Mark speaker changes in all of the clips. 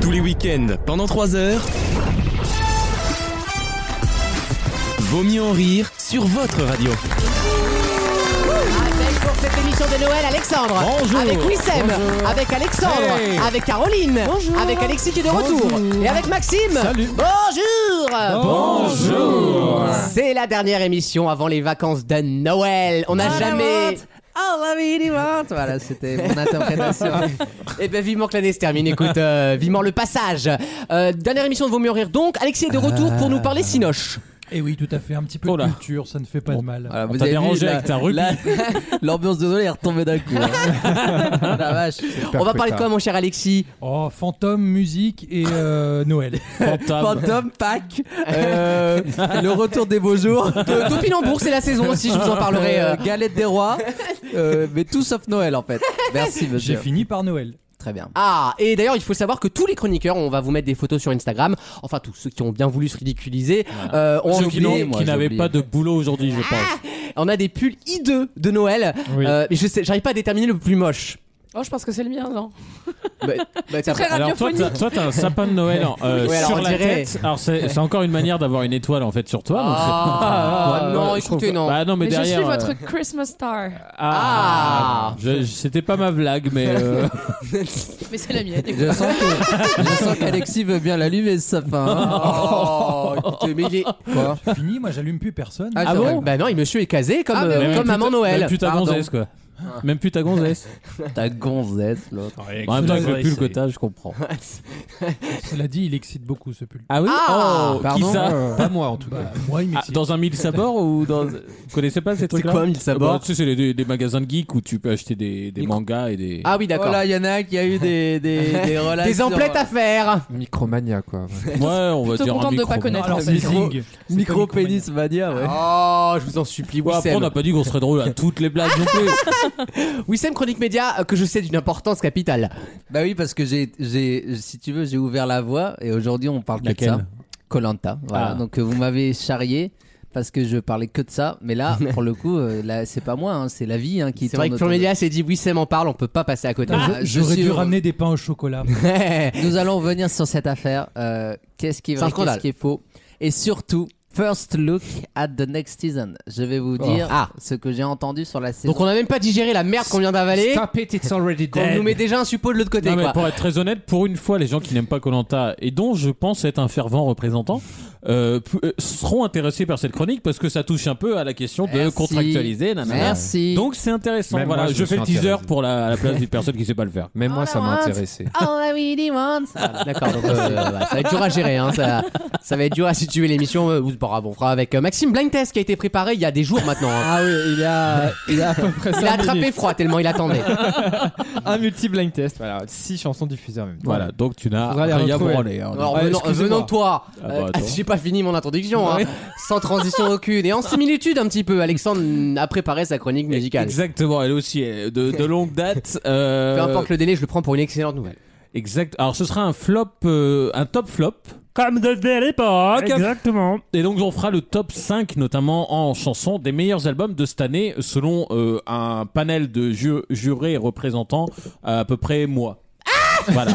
Speaker 1: Tous les week-ends, pendant 3 heures. Vaut mieux en rire sur votre radio.
Speaker 2: Avec pour cette émission de Noël Alexandre.
Speaker 3: Bonjour.
Speaker 2: Avec Wissem.
Speaker 3: Bonjour.
Speaker 2: Avec Alexandre.
Speaker 3: Hey.
Speaker 2: Avec Caroline.
Speaker 3: Bonjour.
Speaker 2: Avec Alexis qui est de retour.
Speaker 3: Bonjour.
Speaker 2: Et avec Maxime.
Speaker 3: Salut.
Speaker 2: Bonjour.
Speaker 3: Bonjour.
Speaker 2: C'est la dernière émission avant les vacances de Noël. On n'a jamais.
Speaker 3: Ah, Voilà, c'était mon interprétation.
Speaker 2: Eh ben vivement que l'année se termine. Écoute, euh, vivement le passage. Euh, dernière émission de Vaut mieux en rire. Donc Alexis est de retour pour nous parler Sinoche.
Speaker 4: Et Eh oui, tout à fait, un petit peu
Speaker 5: Oh là.
Speaker 4: de culture, ça ne fait pas de mal.
Speaker 3: Voilà,
Speaker 5: On t'a
Speaker 3: avez vu,
Speaker 5: dérangé
Speaker 3: la-
Speaker 5: avec ta rugby.
Speaker 3: la- L'ambiance de Noël est retombée d'un coup. hein. la vache.
Speaker 2: On va parler de quoi, mon cher Alexis
Speaker 4: Oh, fantôme, musique et euh, Noël.
Speaker 5: Fantôme.
Speaker 3: Fantôme, Pâques, euh, le retour des beaux jours,
Speaker 2: Euh, Topinambour, c'est la saison aussi. Je vous en parlerai. euh,
Speaker 3: euh, galette des rois, euh, mais tout sauf Noël en fait. Merci
Speaker 4: J'ai
Speaker 3: monsieur.
Speaker 4: fini par Noël.
Speaker 3: Très bien.
Speaker 2: Ah, et d'ailleurs, il faut savoir que tous les chroniqueurs, on va vous mettre des photos sur Instagram. Enfin, tous ceux qui ont bien voulu se ridiculiser. euh, ont
Speaker 3: Ceux
Speaker 2: envie-
Speaker 5: Qui
Speaker 3: Oublié,
Speaker 5: n'ont-
Speaker 3: moi,
Speaker 5: qui
Speaker 3: j'ai
Speaker 5: n'avait
Speaker 3: oublié.
Speaker 5: pas de boulot aujourd'hui, je
Speaker 3: Ah
Speaker 6: Ah,
Speaker 5: pense.
Speaker 2: on a des pulls hideux de Noël.
Speaker 4: Oui.
Speaker 2: Euh, mais je sais, j'arrive pas à déterminer le plus moche.
Speaker 6: Oh, je pense que c'est le mien, non
Speaker 3: Bah, bah, t'as-
Speaker 6: Très
Speaker 5: Alors toi,
Speaker 6: radiophonique.
Speaker 5: t'as- toi, t'as un sapin de Noël en- euh,
Speaker 2: Oui, alors,
Speaker 5: sur
Speaker 2: on
Speaker 5: la
Speaker 2: dirait-
Speaker 5: tête. Alors c'est c'est encore une manière d'avoir une étoile en fait sur toi. donc
Speaker 2: Ah,
Speaker 5: c'est-
Speaker 2: non,
Speaker 5: je
Speaker 2: écoutez,
Speaker 5: trouve-
Speaker 2: non.
Speaker 5: Bah non, mais,
Speaker 6: Mais
Speaker 5: derrière.
Speaker 6: je suis
Speaker 5: euh,
Speaker 6: votre Christmas star.
Speaker 5: Ah.
Speaker 2: Ah.
Speaker 5: Je- je- C'était pas ma blague, mais euh,
Speaker 6: Mais c'est la mienne.
Speaker 3: Je sens que- je sens qu'Alexis veut bien l'allumer ce sapin. hein.
Speaker 2: Oh, écoutez, mais il est.
Speaker 3: Quoi
Speaker 4: Fini, moi j'allume plus personne.
Speaker 3: Ah,
Speaker 2: Ah
Speaker 3: c'est
Speaker 2: bon
Speaker 3: vrai.
Speaker 2: Bah non, il monsieur est casé comme,
Speaker 6: Ah,
Speaker 2: euh,
Speaker 6: mais oui.
Speaker 2: comme maman
Speaker 5: Même
Speaker 2: Noël.
Speaker 5: plus ta
Speaker 3: Pardon.
Speaker 5: gonzesse quoi. Même plus ta gonzesse.
Speaker 3: Ta gonzesse l'autre.
Speaker 5: En même temps, avec le pull que t'as, je comprends.
Speaker 4: Cela dit, il excite beaucoup ce pull.
Speaker 5: Ah oui.
Speaker 2: Ah.
Speaker 5: Oh, qui
Speaker 3: Pardon
Speaker 5: ça
Speaker 3: Pas moi en tout
Speaker 4: Bah, moi, il
Speaker 5: Ah,
Speaker 4: m'excite.
Speaker 5: dans un mille sabords ou dans Vous connaissez pas ces
Speaker 2: C'est
Speaker 5: trucs là
Speaker 2: quoi, mille sabords
Speaker 5: tu sais, c'est les- des, des magasins de geeks où tu peux acheter des, des
Speaker 2: Micro-
Speaker 5: mangas et des.
Speaker 2: Ah oui, d'accord.
Speaker 3: Oh là, il y en a un qui a eu des, des, des relations.
Speaker 2: des emplettes à faire.
Speaker 7: Micromania quoi.
Speaker 5: ouais, on va
Speaker 6: Plutôt
Speaker 5: dire un
Speaker 6: contente de
Speaker 5: micro.
Speaker 6: pas
Speaker 4: Non,
Speaker 6: connaître.
Speaker 4: alors, ça
Speaker 3: Micro-
Speaker 4: zing. C'est pas
Speaker 3: Micro-pénis mania, Ah. ouais.
Speaker 2: Oh, je vous en supplie,
Speaker 5: Ouais, après, on
Speaker 2: Wissem.
Speaker 5: n'a pas dit qu'on serait drôle à toutes les blagues non plus.
Speaker 2: Wissem Chronique Média, euh, que je sais d'une importance capitale.
Speaker 3: Bah oui, parce que j'ai, j'ai, si tu veux, j'ai ouvert la voie et aujourd'hui on parle que de
Speaker 5: Laquelle
Speaker 3: ça. Colanta. Voilà.
Speaker 5: Ah.
Speaker 3: Donc euh, vous m'avez charrié parce que je parlais que de ça, mais là, pour le coup, euh, là, c'est pas moi, hein, c'est la vie hein, qui.
Speaker 2: C'est vrai que
Speaker 3: tourne
Speaker 2: Pure
Speaker 3: autour de-
Speaker 2: Média s'est dit Wissem en parle, on peut pas passer à côté.
Speaker 3: Ah, je
Speaker 4: J'aurais
Speaker 3: suis
Speaker 4: dû
Speaker 3: heureux.
Speaker 4: ramener des pains au chocolat.
Speaker 3: Nous allons venir sur cette affaire. euh, qu'est-ce qui est
Speaker 2: C'est
Speaker 3: vrai,
Speaker 2: un scandale.
Speaker 3: qu'est-ce qui est faux, et surtout. First look at the next season. Je vais vous dire
Speaker 2: Ah.
Speaker 3: ce que j'ai entendu sur la saison.
Speaker 2: Donc on a même pas digéré la merde qu'on vient d'avaler.
Speaker 7: Stop it, it's already
Speaker 2: On
Speaker 7: dead.
Speaker 2: nous met déjà un suppôt de l'autre côté.
Speaker 5: Non, mais
Speaker 2: quoi.
Speaker 5: pour être très honnête, pour une fois, les gens qui n'aiment pas Colanta et dont je pense être un fervent représentant euh, p- euh, seront intéressés par cette chronique parce que ça touche un peu à la question de
Speaker 3: Merci.
Speaker 5: contractualiser. nanana.
Speaker 3: Merci.
Speaker 5: Donc c'est intéressant.
Speaker 7: Même
Speaker 5: voilà,
Speaker 7: moi, je
Speaker 5: je
Speaker 7: me
Speaker 5: fais le
Speaker 7: suis
Speaker 5: teaser
Speaker 7: intéressé.
Speaker 5: pour la, à la place d'une personne qui sait pas le faire.
Speaker 7: Même moi ça m'a intéressé.
Speaker 3: All I really want.
Speaker 2: Ah, D'accord, donc euh, bah, ça va être dur à gérer. Hein, ça, ça va être dur à situer l'émission. euh, ou- bon, bravo, on fera avec euh, Maxime Blind Test qui a été préparé il y a des jours maintenant. hein.
Speaker 7: Ah oui, il a, il a à peu près
Speaker 2: Il a attrapé
Speaker 7: minutes. Ah,
Speaker 2: froid tellement il attendait.
Speaker 7: un multi-blind test. Voilà, six chansons diffusées en même temps.
Speaker 5: Voilà, donc tu n'as
Speaker 7: Faudra les
Speaker 5: rien
Speaker 7: retrouver.
Speaker 5: branlé. hein.
Speaker 2: Alors,
Speaker 7: Ouais,
Speaker 2: venant,
Speaker 7: excusez-moi.
Speaker 2: venant de toi,
Speaker 5: Ah,
Speaker 2: euh,
Speaker 5: bah, attends.
Speaker 2: j'ai pas fini mon introduction, hein. sans transition aucune et en similitude un petit peu. Alexandre a préparé sa chronique musicale.
Speaker 5: Exactement, elle aussi elle est de, de longue date. euh,
Speaker 2: Peu importe le délai, je le prends pour une excellente nouvelle.
Speaker 5: Exact. Alors ce sera un flop, euh, un top flop. Comme de l'époque. Exactement. Et donc on fera le top 5 notamment en chansons des meilleurs albums de cette année selon euh, un panel de ju- jurés et représentants à, peu près moi. voilà.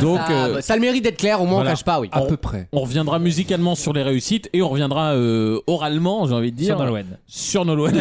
Speaker 5: Donc
Speaker 2: Ah,
Speaker 5: euh,
Speaker 2: bah, ça a le mérite d'être clair, au moins
Speaker 5: voilà.
Speaker 2: on cache pas, oui.
Speaker 7: À peu près.
Speaker 5: on reviendra musicalement sur les réussites et on reviendra euh, oralement, j'ai envie de dire,
Speaker 7: Sur Nolwenn.
Speaker 5: Sur Nolwenn.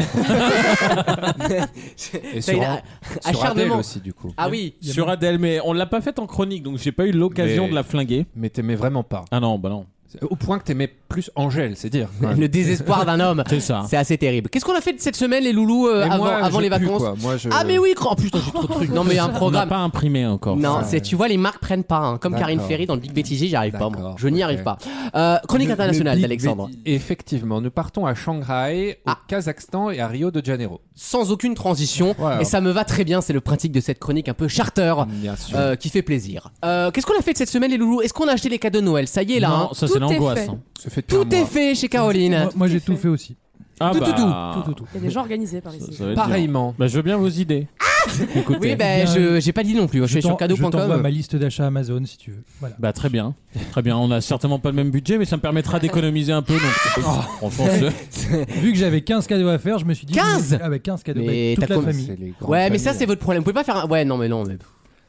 Speaker 7: Et
Speaker 2: Ça,
Speaker 7: sur,
Speaker 2: il a-
Speaker 7: sur
Speaker 2: acharnement.
Speaker 7: Adele aussi du coup.
Speaker 2: Ah oui,
Speaker 5: sur Adèle, mais on l'a pas faite en chronique, donc j'ai pas eu l'occasion
Speaker 7: Mais-
Speaker 5: de la flinguer.
Speaker 7: Mais t'aimais vraiment pas.
Speaker 5: Ah non, bah non.
Speaker 7: C'est- Au point que t'aimais plus Angèle, c'est dire.
Speaker 2: le désespoir d'un homme.
Speaker 5: C'est ça.
Speaker 2: C'est assez terrible. Qu'est-ce qu'on a fait de cette semaine, les loulous,
Speaker 7: Mais
Speaker 2: euh, avant,
Speaker 7: moi,
Speaker 2: avant
Speaker 7: je
Speaker 2: les
Speaker 7: pue,
Speaker 2: vacances
Speaker 8: Euh,
Speaker 7: quoi. Moi, je-
Speaker 2: Ah mais oui, oh putain, j'ai trop de trucs. Non mais un
Speaker 5: On n'a
Speaker 2: programme.
Speaker 5: pas imprimé encore.
Speaker 2: Non, c'est tu vois les marques prennent pas. hein. Comme Karine
Speaker 7: D'accord.
Speaker 2: Ferry dans le Big Bêtisier, j'y arrive pas. Moi.
Speaker 7: D'accord,
Speaker 2: Je n'y
Speaker 7: ok.
Speaker 2: arrive pas. Euh, chronique
Speaker 7: Le- le
Speaker 2: internationale
Speaker 7: Big
Speaker 2: d'Alexandre.
Speaker 7: Bang- Effectivement, nous partons à Shanghai, au
Speaker 2: Ah.
Speaker 7: Kazakhstan et à Rio de Janeiro.
Speaker 2: Sans aucune transition.
Speaker 7: Voilà.
Speaker 2: Et ça me va très bien. C'est le pratique de cette chronique un peu charter.
Speaker 7: Bien sûr.
Speaker 2: euh, qui fait plaisir. Euh, Qu'est-ce qu'on a fait de cette semaine, les loulous Est-ce qu'on a acheté les cadeaux de Noël Ça y est, là.
Speaker 5: non,
Speaker 2: hein.
Speaker 5: ça
Speaker 6: tout
Speaker 5: c'est
Speaker 6: est
Speaker 5: l'angoisse.
Speaker 6: fait.
Speaker 5: hein.
Speaker 7: Ça fait
Speaker 2: Tout
Speaker 7: un
Speaker 2: est
Speaker 7: mois.
Speaker 2: fait chez Caroline.
Speaker 4: Moi, moi, j'ai tout fait aussi.
Speaker 5: Ah
Speaker 2: Tout, tout,
Speaker 5: bah,
Speaker 4: Tout, tout, tout.
Speaker 6: Il y a des gens organisés par ici.
Speaker 5: ça va être dur.
Speaker 7: Pareillement.
Speaker 5: Bah, je veux bien vos idées. Écoutez.
Speaker 2: Oui, ben
Speaker 4: Bien.
Speaker 2: je j'ai pas dit non plus. hein. Je suis
Speaker 4: t'en-
Speaker 2: sur
Speaker 4: Je t'envoie ma
Speaker 2: cadeau.com.
Speaker 4: liste d'achats Amazon si tu veux. Voilà.
Speaker 5: Bah très bien, très bien. On a certainement pas le même budget, mais ça me permettra d'économiser un peu. Donc, franchement, je-
Speaker 4: Vu que j'avais 15 cadeaux à faire, je me suis dit.
Speaker 2: 15
Speaker 4: Ah, bah 15 cadeaux.
Speaker 2: Mais
Speaker 4: bah, toute
Speaker 2: t'as
Speaker 4: la
Speaker 2: comm-
Speaker 4: famille.
Speaker 7: les grandes
Speaker 2: Ouais, mais ça
Speaker 7: familles.
Speaker 2: c'est votre problème. Vous pouvez pas faire. un- Ouais, non mais non. Mais...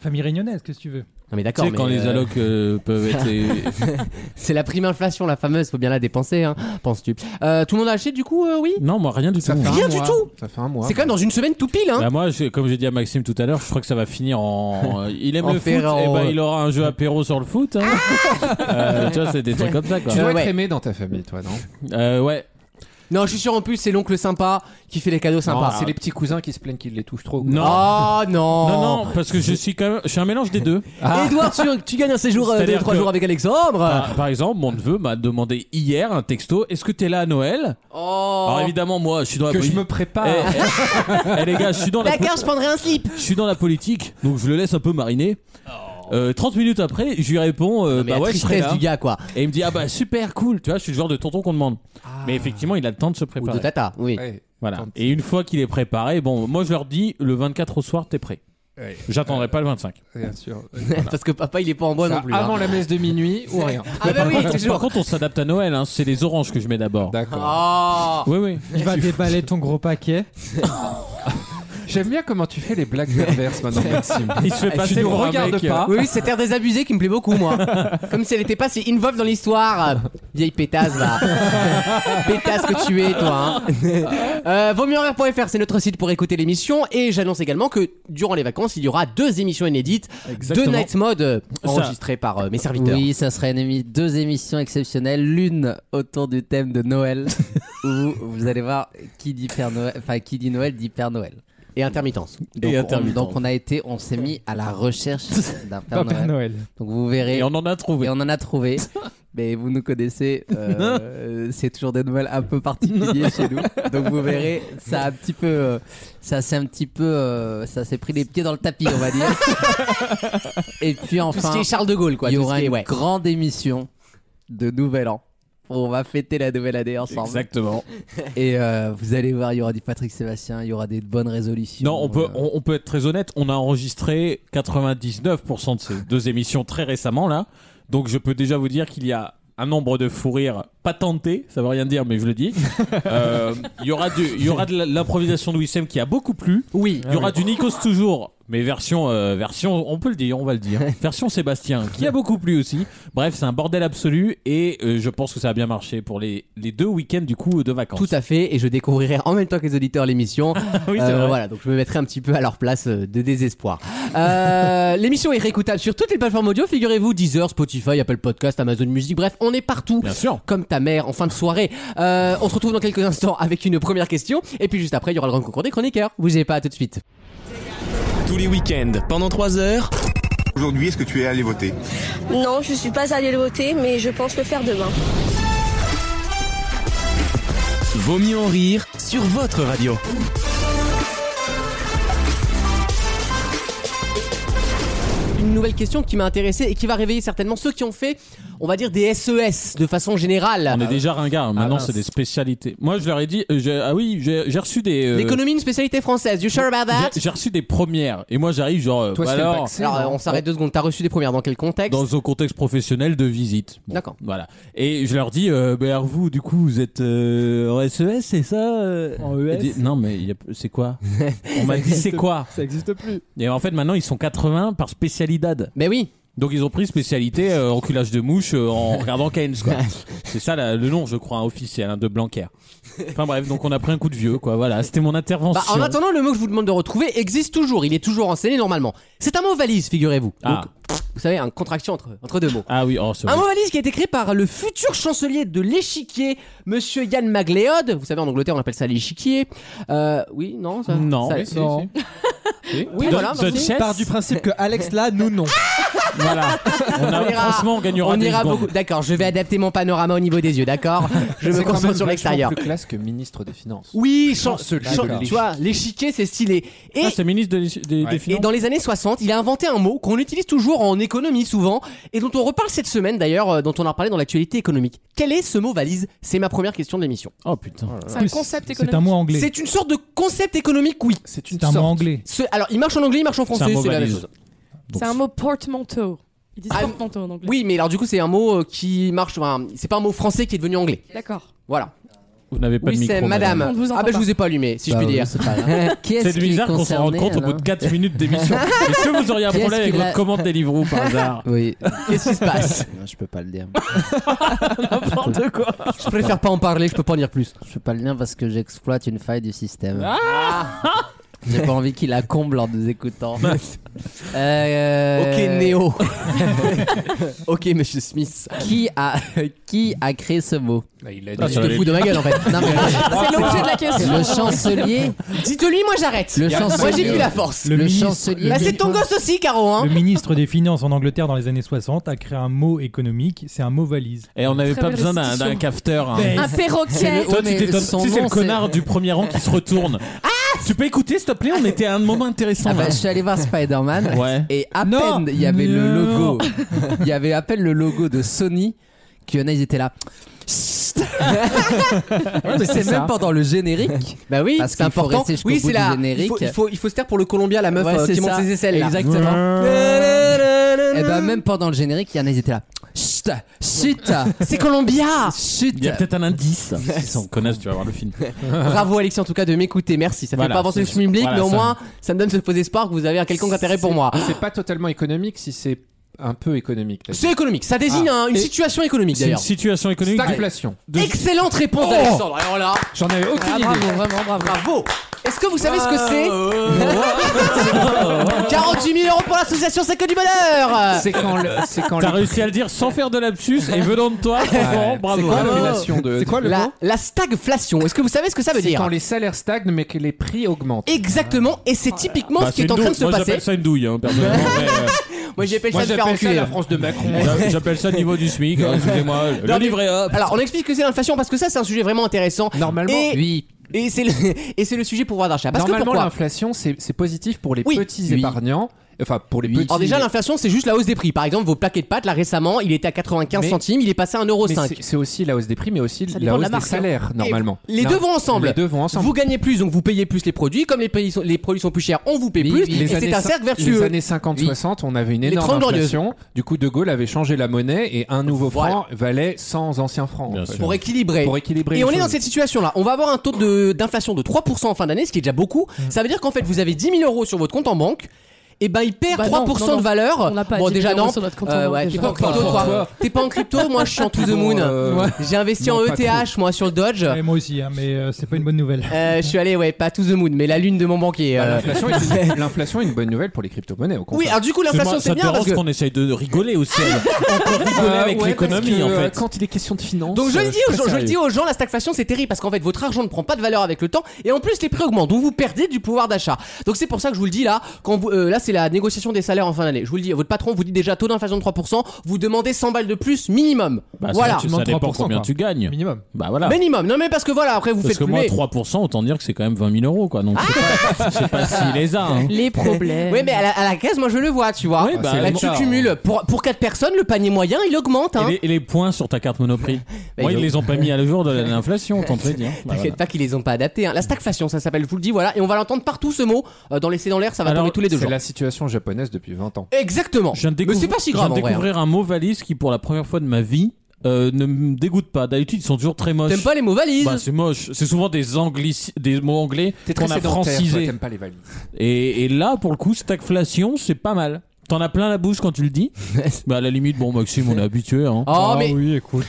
Speaker 4: Famille réunionnaise, qu'est-ce que tu veux
Speaker 2: Non mais
Speaker 5: Tu
Speaker 2: d'accord.
Speaker 5: sais, quand
Speaker 2: mais,
Speaker 5: les
Speaker 2: euh,
Speaker 5: allocs euh, peuvent être.
Speaker 2: C'est la prime inflation, la fameuse, faut bien la dépenser, hein, penses-tu. Euh, tout le monde a acheté du coup, euh, oui
Speaker 5: Non, moi, rien du tout.
Speaker 8: Ça fait un
Speaker 2: Rien du
Speaker 8: mois.
Speaker 2: tout
Speaker 8: Ça fait un mois.
Speaker 2: C'est quand même dans une semaine tout pile, hein
Speaker 5: Bah, moi, j'ai- comme j'ai dit à Maxime tout à l'heure, je crois que ça va finir en. Il aime
Speaker 2: En
Speaker 5: le foot, et
Speaker 2: fer- en-
Speaker 5: ben il aura un jeu apéro sur le foot. hein. Euh, tu vois, c'est des trucs comme ça, quoi.
Speaker 8: Tu dois
Speaker 2: Ouais.
Speaker 8: être aimé dans ta famille, toi, non
Speaker 5: Euh, ouais.
Speaker 2: Non, je suis sûr en plus, c'est l'oncle sympa qui fait les cadeaux
Speaker 8: Non,
Speaker 2: sympas.
Speaker 8: C'est les petits cousins qui se plaignent qu'ils les touchent trop. Ah,
Speaker 5: ah, Non.
Speaker 2: Oh non Ah.
Speaker 5: Non, non, parce que je suis quand même. Je suis un mélange des deux.
Speaker 2: Edouard, tu, tu gagnes un séjour euh, de
Speaker 5: C'est-à-dire
Speaker 2: 3
Speaker 5: que- Ah.
Speaker 2: jours avec Alexandre
Speaker 5: Par, par exemple, mon neveu m'a demandé hier un texto Est-ce que t'es là à Noël
Speaker 2: Oh
Speaker 5: Alors évidemment, moi, je suis dans la
Speaker 8: Que je
Speaker 5: politique.
Speaker 8: me prépare.
Speaker 5: Eh, eh, eh, les gars, je suis dans la,
Speaker 2: D'accord, Ah, je prendrai un slip
Speaker 5: je suis dans la politique, donc je le laisse un peu mariner.
Speaker 8: Oh.
Speaker 5: Euh, 30 minutes après, je lui réponds euh,
Speaker 2: Non, mais
Speaker 5: Bah
Speaker 2: la
Speaker 5: ouais, je serai
Speaker 2: tristesse
Speaker 5: là.
Speaker 2: du gars, quoi.
Speaker 5: Et il me dit Ah bah super cool, tu vois, je suis le genre de tonton qu'on demande. Mais effectivement, il a le temps de se
Speaker 2: Ou de
Speaker 5: préparer.
Speaker 2: tata, oui.
Speaker 8: Ouais.
Speaker 5: Voilà.
Speaker 8: Quand-
Speaker 5: Et une fois qu'il est préparé, bon, moi je leur dis le 24 au soir, t'es prêt.
Speaker 8: Ouais.
Speaker 5: J'attendrai pas le 25.
Speaker 8: Bien sûr.
Speaker 5: bah.
Speaker 2: Parce que papa, il est pas en bois
Speaker 8: Ça,
Speaker 2: non plus.
Speaker 8: avant
Speaker 2: hein.
Speaker 8: la messe de minuit ou rien.
Speaker 2: Ah bah oui,
Speaker 5: Par
Speaker 2: toujours
Speaker 5: contre, on s'adapte à Noël, hein, c'est les oranges que je mets d'abord.
Speaker 8: D'accord.
Speaker 2: Oh
Speaker 5: Oui, oui.
Speaker 4: Il va déballer ton gros paquet.
Speaker 2: Ah.
Speaker 8: J'aime bien comment tu fais les blagues perverses maintenant, Maxime.
Speaker 5: Il se fait
Speaker 8: tu
Speaker 5: passer
Speaker 8: nous
Speaker 5: pour un
Speaker 8: regardes
Speaker 5: mec,
Speaker 8: pas.
Speaker 5: euh,
Speaker 2: Oui, oui, cette air désabusée qui me plaît beaucoup, moi. Comme si elle n'était pas si involve dans l'histoire. Euh, Vieille pétasse, là. pétasse que tu es, toi. Hein. Euh, vaut mieux en rire.fr, c'est notre site pour écouter l'émission. Et j'annonce également que durant les vacances, il y aura deux émissions inédites. Deux
Speaker 5: Exactement.
Speaker 2: Night Mode euh,
Speaker 5: Ça.
Speaker 2: enregistrées par euh, mes serviteurs.
Speaker 3: Oui, ça serait une émi- deux émissions exceptionnelles, l'une autour du thème de Noël, où vous allez voir qui dit Père Noël, enfin qui dit Noël dit Père Noël.
Speaker 2: Et intermittence.
Speaker 5: Et
Speaker 3: on-
Speaker 5: intermittent.
Speaker 3: donc on a été, on s'est mis à la recherche d'un Père Noël.
Speaker 7: Noël.
Speaker 3: Donc vous verrez,
Speaker 5: Et on en a trouvé.
Speaker 3: et on en a trouvé. Mais vous nous connaissez, euh, euh, c'est toujours des nouvelles un peu particuliers chez nous. Donc vous verrez, ça a un petit peu, euh, ça s'est un petit peu, euh, ça s'est pris les pieds dans le tapis, on va dire. et puis
Speaker 2: Tout ce
Speaker 3: enfin,
Speaker 2: qui est Charles de Gaulle, quoi.
Speaker 3: il y
Speaker 2: tout ce
Speaker 3: aura
Speaker 2: qui est-
Speaker 3: une
Speaker 2: ouais.
Speaker 3: grande émission de Nouvel An. On va fêter la nouvelle année ensemble.
Speaker 5: Exactement.
Speaker 3: Et euh, vous allez voir, il y aura du Patrick Sébastien, il y aura des bonnes résolutions.
Speaker 5: Non, on peut,
Speaker 3: Euh,
Speaker 5: on, on peut être très honnête. On a enregistré 99% de ces deux émissions très récemment là. Donc je peux déjà vous dire qu'il y a un nombre de fous rires pas tentés, ça veut rien dire, mais je le dis. Euh, Il y aura du, il y aura de la- l'improvisation de Wissem qui a beaucoup plu.
Speaker 2: Ah Oui.
Speaker 5: Il y aura du Nikos toujours, mais version, euh, version, on peut le dire, on va le dire. Version Sébastien qui a beaucoup plu aussi. Bref, c'est un bordel absolu et euh, je pense que ça a bien marché pour les, les deux week-ends du coup de vacances. Ah
Speaker 2: Tout à fait, et je découvrirai en même temps que les auditeurs l'émission.
Speaker 5: oui, c'est
Speaker 2: Euh,
Speaker 5: vrai.
Speaker 2: Voilà, donc je me mettrai un petit peu à leur place euh, de désespoir. Euh, l'émission est réécoutable sur toutes les plateformes audio, figurez-vous, Deezer, Spotify, Apple Podcast, Amazon Music, bref, on est partout.
Speaker 5: Bien sûr.
Speaker 2: Comme ta mère en fin de soirée. Euh, on se retrouve dans quelques instants avec une première question, et puis juste après, il y aura le grand concours des chroniqueurs. Vous avez pas, à tout de suite.
Speaker 1: Tous les week-ends, pendant 3 heures,
Speaker 9: Aujourd'hui, est-ce que tu es allé voter
Speaker 10: Non, je suis pas allée le voter, mais je pense le faire demain.
Speaker 1: Vaut mieux en rire sur votre radio.
Speaker 2: Une nouvelle question qui m'a intéressé et qui va réveiller certainement ceux qui ont fait, on va dire, des SES de façon
Speaker 7: Ah
Speaker 2: générale.
Speaker 7: bah
Speaker 5: On est déjà ringard. Maintenant,
Speaker 2: mince.
Speaker 5: c'est des spécialités. Moi, je leur ai dit. euh, j'ai- ah oui, j'ai j'ai reçu des. euh,
Speaker 2: L'économie, une spécialité française. You sure about that?
Speaker 5: j'ai- j'ai reçu des premières. Et moi, j'arrive genre. euh,
Speaker 8: Toi,
Speaker 5: bah
Speaker 8: c'était le
Speaker 5: alors,
Speaker 8: bac C,
Speaker 2: Alors,
Speaker 8: non
Speaker 2: euh, on s'arrête deux secondes. T'as reçu des premières dans quel contexte
Speaker 5: dans un contexte professionnel de visite. Bon,
Speaker 2: D'accord.
Speaker 5: Voilà. Et je leur dis, euh, ben alors vous, du coup, vous êtes euh, en SES, c'est ça euh
Speaker 7: En
Speaker 5: Ils
Speaker 7: ES
Speaker 5: disent, Non, mais il y a- c'est quoi On m'a dit, c'est quoi
Speaker 7: Ça existe plus.
Speaker 5: Et en fait, maintenant, ils sont 80 par spécialidad.
Speaker 2: Mais Ben oui.
Speaker 5: Donc, ils ont pris spécialité euh, enculage de mouche euh, en regardant Keynes, quoi. C'est ça la- le nom, je crois, hein, officiel hein, de Blanquer. Enfin bref, donc on a pris un coup de vieux, quoi. Voilà, c'était mon intervention.
Speaker 2: Bah, en attendant, le mot que je vous demande de retrouver existe toujours. Il est toujours enseigné normalement. C'est un mot valise, figurez-vous.
Speaker 5: ah.
Speaker 2: Donc, vous savez, une contraction entre, entre deux mots.
Speaker 5: ah oui, oh, c'est
Speaker 2: Un
Speaker 5: vrai.
Speaker 2: mot valise qui a été créé par le futur chancelier de l'échiquier, monsieur Yann Magléod. Vous savez, en Angleterre, on appelle ça l'échiquier. Euh, oui, non, ça.
Speaker 5: Non.
Speaker 2: ça-
Speaker 5: Oui,
Speaker 7: Non.
Speaker 2: Oui,
Speaker 5: The-
Speaker 2: voilà,
Speaker 5: The
Speaker 2: merci.
Speaker 5: Chess.
Speaker 7: Part du principe que Alex là, nous non.
Speaker 6: Ah,
Speaker 5: Voilà. On a-
Speaker 2: On ira-
Speaker 5: franchement, on gagnera
Speaker 2: On
Speaker 5: des
Speaker 2: ira
Speaker 5: secondes.
Speaker 2: beaucoup. D'accord, je vais adapter mon panorama au niveau des yeux, d'accord Je me concentre sur l'extérieur.
Speaker 8: plus classe que ministre des Finances.
Speaker 2: Oui, chan-
Speaker 8: Chancelier
Speaker 2: chan-
Speaker 8: de l'échiquier.
Speaker 2: tu vois, l'échiquier, c'est stylé. Et
Speaker 5: Ah, c'est ministre de- des, des
Speaker 8: Ouais.
Speaker 2: Et
Speaker 5: Finances.
Speaker 2: dans les années 60, il a inventé un mot qu'on utilise toujours en économie souvent et dont on reparle cette semaine d'ailleurs, euh, dont on a reparlé dans l'actualité économique. Quel est ce mot valise C'est ma première question de l'émission.
Speaker 5: Oh putain.
Speaker 6: C'est un concept
Speaker 4: C'est un
Speaker 6: économique.
Speaker 4: mot anglais.
Speaker 2: C'est une sorte de concept économique, oui.
Speaker 8: C'est une
Speaker 4: C'est un mot
Speaker 8: sorte.
Speaker 4: anglais.
Speaker 2: Ce- alors, il marche en anglais, il marche en français,
Speaker 5: C'est un mot
Speaker 2: la même
Speaker 5: valise.
Speaker 2: chose.
Speaker 6: C'est un mot portmanteau. Ils disent
Speaker 2: Ah,
Speaker 6: portmanteau en anglais.
Speaker 2: Oui, mais alors du coup, c'est un mot euh, qui marche. enfin, c'est pas un mot français qui est devenu anglais.
Speaker 6: D'accord.
Speaker 2: Voilà.
Speaker 5: Vous n'avez pas
Speaker 2: Oui,
Speaker 5: de micro.
Speaker 2: c'est madame.
Speaker 6: On ne vous
Speaker 2: ah
Speaker 6: entend
Speaker 2: bah je
Speaker 6: pas.
Speaker 2: vous ai pas allumé, si
Speaker 3: Bah
Speaker 2: je puis
Speaker 3: oui,
Speaker 2: dire.
Speaker 3: c'est pas grave. Qui est-ce
Speaker 5: C'est
Speaker 3: qui est
Speaker 5: bizarre qu'on se rende
Speaker 3: concerné,
Speaker 5: compte au bout de
Speaker 3: alors
Speaker 5: 4 minutes d'émission. Est-ce que vous auriez un
Speaker 3: Qui est-ce
Speaker 5: problème avec
Speaker 3: qui l'a-
Speaker 5: votre commande Deliveroo par hasard
Speaker 3: Oui,
Speaker 2: Qu'est-ce qui se passe
Speaker 3: Non, je peux pas le dire.
Speaker 5: N'importe quoi.
Speaker 2: Je préfère pas en parler, je peux pas en dire plus.
Speaker 3: Je peux pas le dire parce que j'exploite une faille du système.
Speaker 5: Ah
Speaker 3: J'ai pas envie qu'il la comble en nous écoutant. Euh,
Speaker 2: Ok Néo. ok Monsieur Smith.
Speaker 3: Qui a, qui a créé ce mot
Speaker 8: Il l'a
Speaker 5: Ah,
Speaker 8: dit.
Speaker 5: ça
Speaker 2: Je te
Speaker 5: va
Speaker 2: fous de ma gueule en fait.
Speaker 3: Non, mais le-
Speaker 6: C'est l'objet de la question.
Speaker 3: le chancelier.
Speaker 2: Dites-lui, moi j'arrête. Moi
Speaker 3: Le
Speaker 2: j'ai
Speaker 3: chancelier.
Speaker 2: plus la force.
Speaker 3: Le,
Speaker 4: Le ministre-
Speaker 3: chancelier.
Speaker 2: Bah c'est ton gosse aussi, Caro. Hein
Speaker 4: Le ministre des Finances en Angleterre dans les années 60 a créé un mot économique, c'est un mot valise.
Speaker 5: Et on n'avait
Speaker 6: Très
Speaker 5: pas
Speaker 6: belle
Speaker 5: besoin d'un
Speaker 6: restitution.
Speaker 5: d'un cafeteur. hein.
Speaker 6: Un perroquet.
Speaker 5: Toi, tu
Speaker 3: mais
Speaker 5: t'étonnes.
Speaker 3: son
Speaker 5: Tu sais, c'est Ah
Speaker 3: nom,
Speaker 5: le
Speaker 3: c'est-
Speaker 5: connard du premier rang qui se retourne. Tu peux écouter, s'il te plaît On était à un moment intéressant.
Speaker 3: Ah bah,
Speaker 5: là.
Speaker 3: je suis allé voir Spider-Man.
Speaker 5: Ouais.
Speaker 3: Et à
Speaker 4: Non.
Speaker 3: peine il y avait le
Speaker 4: Non.
Speaker 3: logo. Il y avait à peine le logo de Sony qu'il y en a, ils étaient là. Chut c'est même pendant le générique.
Speaker 2: Bah oui,
Speaker 3: Parce
Speaker 2: c'est
Speaker 3: qu'il faut
Speaker 2: important.
Speaker 3: rester jusqu'au
Speaker 2: Oui,
Speaker 3: bout
Speaker 2: c'est
Speaker 3: du
Speaker 2: la.
Speaker 3: générique.
Speaker 2: Il faut, il, faut, il faut se taire pour le Colombien, la meuf
Speaker 3: Ouais,
Speaker 2: euh,
Speaker 3: c'est
Speaker 2: qui monte
Speaker 3: ça.
Speaker 2: ses aisselles. là. Mmh. Eh ben,
Speaker 3: Exactement. Et bah même pendant le générique, il y en a, ils étaient là. Chut Chut
Speaker 2: C'est Colombia.
Speaker 5: Il y a peut-être un indice. Ils sont connasses, tu vas voir le film.
Speaker 2: Bravo Alexis en tout cas de m'écouter, merci. Ça
Speaker 5: Voilà,
Speaker 2: fait pas avancer le
Speaker 5: c'est-
Speaker 2: public,
Speaker 5: voilà,
Speaker 2: mais au
Speaker 5: ça-
Speaker 2: moins ça me donne ce faux espoir que vous avez un quelconque intérêt pour moi.
Speaker 8: C'est pas totalement économique si c'est un peu économique. t'as dit.
Speaker 2: C'est économique, ça désigne un- une situation économique
Speaker 5: C'est une
Speaker 2: d'ailleurs.
Speaker 5: situation économique.
Speaker 8: Stagflation.
Speaker 5: de-
Speaker 2: Excellente réponse d'Alexandre. Alors là,
Speaker 8: J'en avais aucune idée.
Speaker 3: Bravo, vraiment, bravo.
Speaker 2: bravo. Est-ce que vous savez ce que c'est 48 000 euros pour l'association, c'est que du bonheur.
Speaker 8: ah. C'est quand le- c'est quand
Speaker 5: T'as
Speaker 8: les-
Speaker 5: réussi à le dire sans faire de lapsus et venant de toi, franchement,
Speaker 8: C'est
Speaker 5: bravo.
Speaker 8: quoi l'afflation de
Speaker 7: C'est quoi le
Speaker 2: La,
Speaker 7: mot
Speaker 2: la stagflation. Est-ce que vous savez ce que ça veut
Speaker 8: Ah, C'est
Speaker 2: dire
Speaker 8: quand les salaires stagnent mais que les prix augmentent.
Speaker 2: Exactement. Et c'est typiquement
Speaker 5: Bah,
Speaker 2: ce qui est
Speaker 5: une
Speaker 2: en train de
Speaker 5: douille.
Speaker 2: se
Speaker 5: Moi,
Speaker 2: passer.
Speaker 5: j'appelle ça une douille, hein, personnellement. mais, euh,
Speaker 2: Moi j'appelle
Speaker 8: Moi
Speaker 2: ça de faire
Speaker 8: j'appelle ça
Speaker 2: enculer.
Speaker 8: la France de Macron.
Speaker 5: J'a- J'appelle ça le niveau du SMIC, hein, excusez-moi. Le livret A.
Speaker 2: Alors on explique que c'est l'inflation parce que ça c'est un sujet vraiment intéressant.
Speaker 8: Normalement,
Speaker 2: Et-
Speaker 3: Oui,
Speaker 2: Et c'est le, et c'est le sujet pouvoir d'achat. Parce que
Speaker 8: normalement
Speaker 2: pourquoi
Speaker 8: l'inflation c'est c'est positif pour les
Speaker 2: Oui.
Speaker 8: petits
Speaker 2: Oui.
Speaker 8: épargnants. Enfin pour les petits.
Speaker 2: Alors déjà l'inflation c'est juste la hausse des prix. Par exemple vos paquets de pâtes là récemment il était à 95
Speaker 8: Mais-
Speaker 2: centimes, il est passé à 1,5€.
Speaker 8: Mais c'est- C'est aussi la hausse des prix, mais aussi
Speaker 6: Ça
Speaker 8: la
Speaker 6: dépend de
Speaker 8: hausse
Speaker 6: la
Speaker 8: des
Speaker 6: marque, hein.
Speaker 8: salaires, normalement.
Speaker 2: les
Speaker 8: Non,
Speaker 2: deux vont ensemble.
Speaker 8: Les deux vont ensemble.
Speaker 2: Vous gagnez plus donc vous payez plus les produits, comme les, pays sont- les produits sont plus chers on vous paye plus
Speaker 3: oui,
Speaker 2: et
Speaker 8: Les
Speaker 2: c'est
Speaker 8: années
Speaker 2: un
Speaker 8: cin-
Speaker 2: cercle
Speaker 8: Les
Speaker 2: vertueux.
Speaker 8: années 50-60, on avait une
Speaker 2: Trente
Speaker 8: énorme
Speaker 2: Glorieuses.
Speaker 8: inflation. Du coup, De Gaulle avait changé la monnaie et un nouveau
Speaker 2: Voilà.
Speaker 8: franc valait 100 anciens francs.
Speaker 5: Bien
Speaker 8: en fait.
Speaker 5: sûr.
Speaker 2: Pour équilibrer.
Speaker 8: Pour équilibrer.
Speaker 2: Et
Speaker 8: les
Speaker 2: on est dans
Speaker 8: choses.
Speaker 2: cette situation là. On va avoir un taux de- d'inflation de 3% en fin d'année, ce qui est déjà beaucoup. Ça veut dire qu'en fait vous avez 10 000 euros sur votre compte en banque. Et ben il perd
Speaker 6: Bah non,
Speaker 2: 3%
Speaker 6: non, non.
Speaker 2: de valeur.
Speaker 6: On n'a pas
Speaker 2: bon
Speaker 6: 10 000
Speaker 2: déjà
Speaker 6: euros
Speaker 2: non.
Speaker 6: sur notre compte en
Speaker 2: Euh,
Speaker 6: banque,
Speaker 2: ouais, t'es
Speaker 6: déjà.
Speaker 2: pas en crypto
Speaker 8: Encore.
Speaker 2: toi. T'es pas en crypto, moi je suis en to the moon.
Speaker 8: Euh,
Speaker 2: J'ai investi
Speaker 8: non,
Speaker 2: en
Speaker 8: pas
Speaker 2: ETH moi sur le Dodge.
Speaker 4: Ouais, moi aussi, hein, mais euh, c'est pas une bonne nouvelle.
Speaker 2: Ah. Euh, je suis allé, ouais, pas to the moon, mais la lune de mon banquier.
Speaker 8: Bah,
Speaker 2: euh.
Speaker 8: l'inflation est une- L'inflation est une bonne nouvelle pour les crypto-monnaies, au
Speaker 2: Oui,
Speaker 8: contraire.
Speaker 2: alors du coup, l'inflation,
Speaker 5: Excuse-moi,
Speaker 2: c'est
Speaker 5: ça te
Speaker 2: bien parce
Speaker 5: dérange
Speaker 2: que.
Speaker 5: qu'on essaye de rigoler aussi. là. On peut
Speaker 2: euh,
Speaker 5: rigoler avec l'économie, en fait.
Speaker 8: Quand il est question de finance.
Speaker 2: Donc euh, je le dis, aux, gens- je le dis aux gens, la stagflation c'est terrible parce qu'en fait votre argent ne prend pas de valeur avec le temps et en plus les prix augmentent, donc vous perdez du pouvoir d'achat. Donc c'est pour ça que je vous le dis là, quand vous, euh, là c'est la négociation des salaires en fin d'année. Je vous le dis, votre patron vous dit déjà taux d'inflation de 3%, vous demandez 100 balles de plus minimum.
Speaker 5: Bah, ça-
Speaker 2: voilà,
Speaker 5: Ça dépend
Speaker 4: 3%,
Speaker 5: combien
Speaker 4: quoi.
Speaker 5: tu gagnes.
Speaker 4: Minimum.
Speaker 5: Bah voilà.
Speaker 2: minimum. Non mais parce que voilà, après vous
Speaker 5: Parce
Speaker 2: faites
Speaker 5: que moi,
Speaker 2: plus.
Speaker 5: 3%, autant dire que c'est quand même 20 000 euros, quoi. Donc, je sais pas- je sais pas s'il les a.
Speaker 2: Ah,
Speaker 5: hein.
Speaker 6: Les problèmes.
Speaker 2: Oui mais à la, à la caisse moi je le vois, tu vois.
Speaker 5: Oui, bah,
Speaker 2: là
Speaker 5: c'est
Speaker 2: tu
Speaker 5: l'État,
Speaker 2: cumules. Pour, pour 4 personnes le panier moyen il augmente. Hein.
Speaker 5: Et les, et les points sur ta carte Monoprix Moi,
Speaker 2: Bah, ils
Speaker 5: ils
Speaker 2: ont-
Speaker 5: les ont pas mis à le jour de l'inflation, autant te le dire. Bah,
Speaker 2: T'inquiète
Speaker 5: voilà.
Speaker 2: pas qu'ils les ont pas adaptés. hein. La stagflation, ça s'appelle, je vous le dis, voilà. Et on va l'entendre partout ce mot. euh, dans les C'est dans l'air, ça va
Speaker 5: Alors,
Speaker 2: tomber tous les deux
Speaker 8: C'est
Speaker 2: jours.
Speaker 8: la situation japonaise depuis 20 ans.
Speaker 2: Exactement.
Speaker 5: Je viens de
Speaker 2: Mais
Speaker 5: découvrir,
Speaker 2: c'est pas si
Speaker 5: je viens
Speaker 2: grave
Speaker 5: de
Speaker 2: en vrai. hein.
Speaker 5: découvrir un mot valise qui, pour la première fois de ma vie, euh, ne me dégoûte pas. D'habitude, ils sont toujours très moches.
Speaker 2: T'aimes pas les mots valises
Speaker 5: Bah, c'est moche. C'est souvent des, anglici- des mots anglais qu'on a francisés.
Speaker 8: T'aimes pas les valises.
Speaker 5: Et, et là, pour le coup, stagflation, c'est pas mal. T'en as plein la bouche quand tu le dis. bah, à la limite, bon, Maxime, on est habitué. Hein.
Speaker 2: Oh
Speaker 3: bah,
Speaker 4: Ah
Speaker 2: mais
Speaker 4: oui, écoute.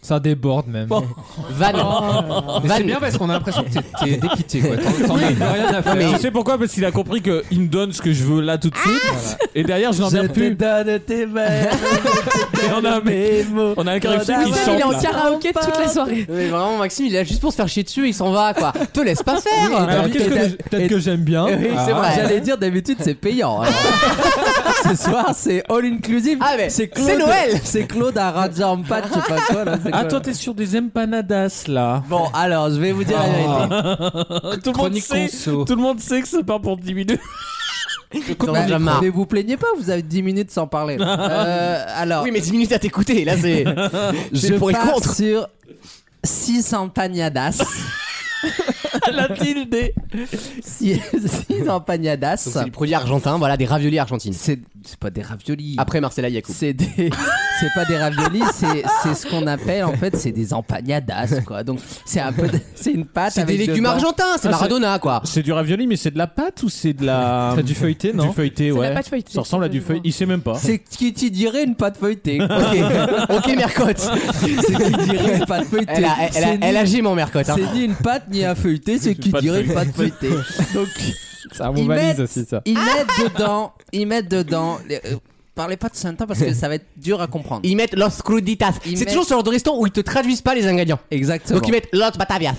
Speaker 4: Ça déborde même.
Speaker 5: Bon.
Speaker 2: Van,
Speaker 5: Oh,
Speaker 8: Mais
Speaker 2: Van-
Speaker 8: C'est bien parce qu'on a l'impression que t'es- t'es déquitté, quoi. T'en t'en as rien à faire.
Speaker 5: Mais tu sais pourquoi Parce qu'il a compris qu'il me donne ce que je veux là tout de suite. Et derrière, je n'entends plus.
Speaker 3: donne tes mains,
Speaker 5: Et on a,
Speaker 3: mots.
Speaker 5: on a un Karim Souk qui
Speaker 6: Wissem,
Speaker 5: chante.
Speaker 6: il est
Speaker 5: là.
Speaker 6: en karaoké toute la soirée.
Speaker 2: Mais vraiment, Maxime, il est là juste pour se faire chier dessus, il s'en va quoi. Te laisse pas faire.
Speaker 3: Oui,
Speaker 5: Ah, Alors, qu'est-ce que-
Speaker 4: Peut-être que j'aime bien.
Speaker 2: Oui, c'est vrai.
Speaker 3: Ah, J'allais dire d'habitude c'est payant. alors. Ce soir c'est all inclusive.
Speaker 2: Ah, mais
Speaker 3: Claude-
Speaker 2: c'est Noël.
Speaker 3: C'est Claude à Raja en pâte, je sais pas quoi là. c'est
Speaker 5: Ah,
Speaker 3: quoi,
Speaker 5: toi,
Speaker 3: là
Speaker 5: t'es sur des empanadas là.
Speaker 3: Bon alors je vais vous
Speaker 2: Oh.
Speaker 3: dire la vérité.
Speaker 5: Tout le, monde
Speaker 8: Chronique
Speaker 5: sait,
Speaker 8: conso.
Speaker 5: tout le monde sait que ça part pour 10 minutes.
Speaker 2: T'en as déjà marre.
Speaker 3: Mais Bah, vous plaignez pas, vous avez 10 minutes sans parler. Euh, alors
Speaker 2: Oui, mais 10 minutes à t'écouter, là c'est.
Speaker 3: je
Speaker 2: pour et
Speaker 3: pars
Speaker 2: contre.
Speaker 3: sur 600 pagnadas.
Speaker 5: La tilde.
Speaker 3: 600
Speaker 2: Donc, C'est
Speaker 3: pagnadas.
Speaker 2: des produits argentins, voilà, des raviolis argentines.
Speaker 3: C'est c'est pas des raviolis.
Speaker 2: Après Marcella Yacoub. Ah,
Speaker 3: C'est des, c'est pas des raviolis, c'est, c'est ce qu'on appelle en fait, c'est des empanadas quoi. Donc c'est un peu, de- c'est une pâte
Speaker 2: C'est des
Speaker 3: avec
Speaker 2: légumes
Speaker 3: dedans.
Speaker 2: argentins, c'est
Speaker 5: Ah,
Speaker 2: Maradona quoi.
Speaker 5: C'est du ravioli, mais c'est de la pâte ou c'est de la.
Speaker 7: T'as Ah, du feuilleté, non
Speaker 5: Du feuilleté,
Speaker 6: la
Speaker 5: ouais.
Speaker 6: pâte feuilletée,
Speaker 5: Ça ressemble à du
Speaker 6: je vois.
Speaker 5: feuilleté. Il sait même pas.
Speaker 3: C'est ce qui tu dirais une pâte feuilletée. quoi.
Speaker 2: Ok, ok Mercotte.
Speaker 3: c'est qui dirait une pâte feuilletée.
Speaker 2: Elle, a, elle, a-
Speaker 3: C'est ni-
Speaker 2: elle agit mon Mercotte. hein.
Speaker 3: C'est ni une pâte ni un feuilleté, c'est qui
Speaker 5: pâte
Speaker 3: dirait une pâte feuilletée. Donc
Speaker 7: Ça
Speaker 3: Ils
Speaker 7: valise
Speaker 3: mettent-
Speaker 7: aussi, ça.
Speaker 3: ils mettent dedans, ils mettent dedans. les- euh, parlez pas de Santa parce que ça va être dur à comprendre.
Speaker 2: Ils mettent los cruditas. C'est
Speaker 3: Ils mettent-
Speaker 2: toujours ce genre de restaurant où ils te traduisent pas les ingrédients.
Speaker 3: Exactement.
Speaker 2: Donc ils mettent los batavias,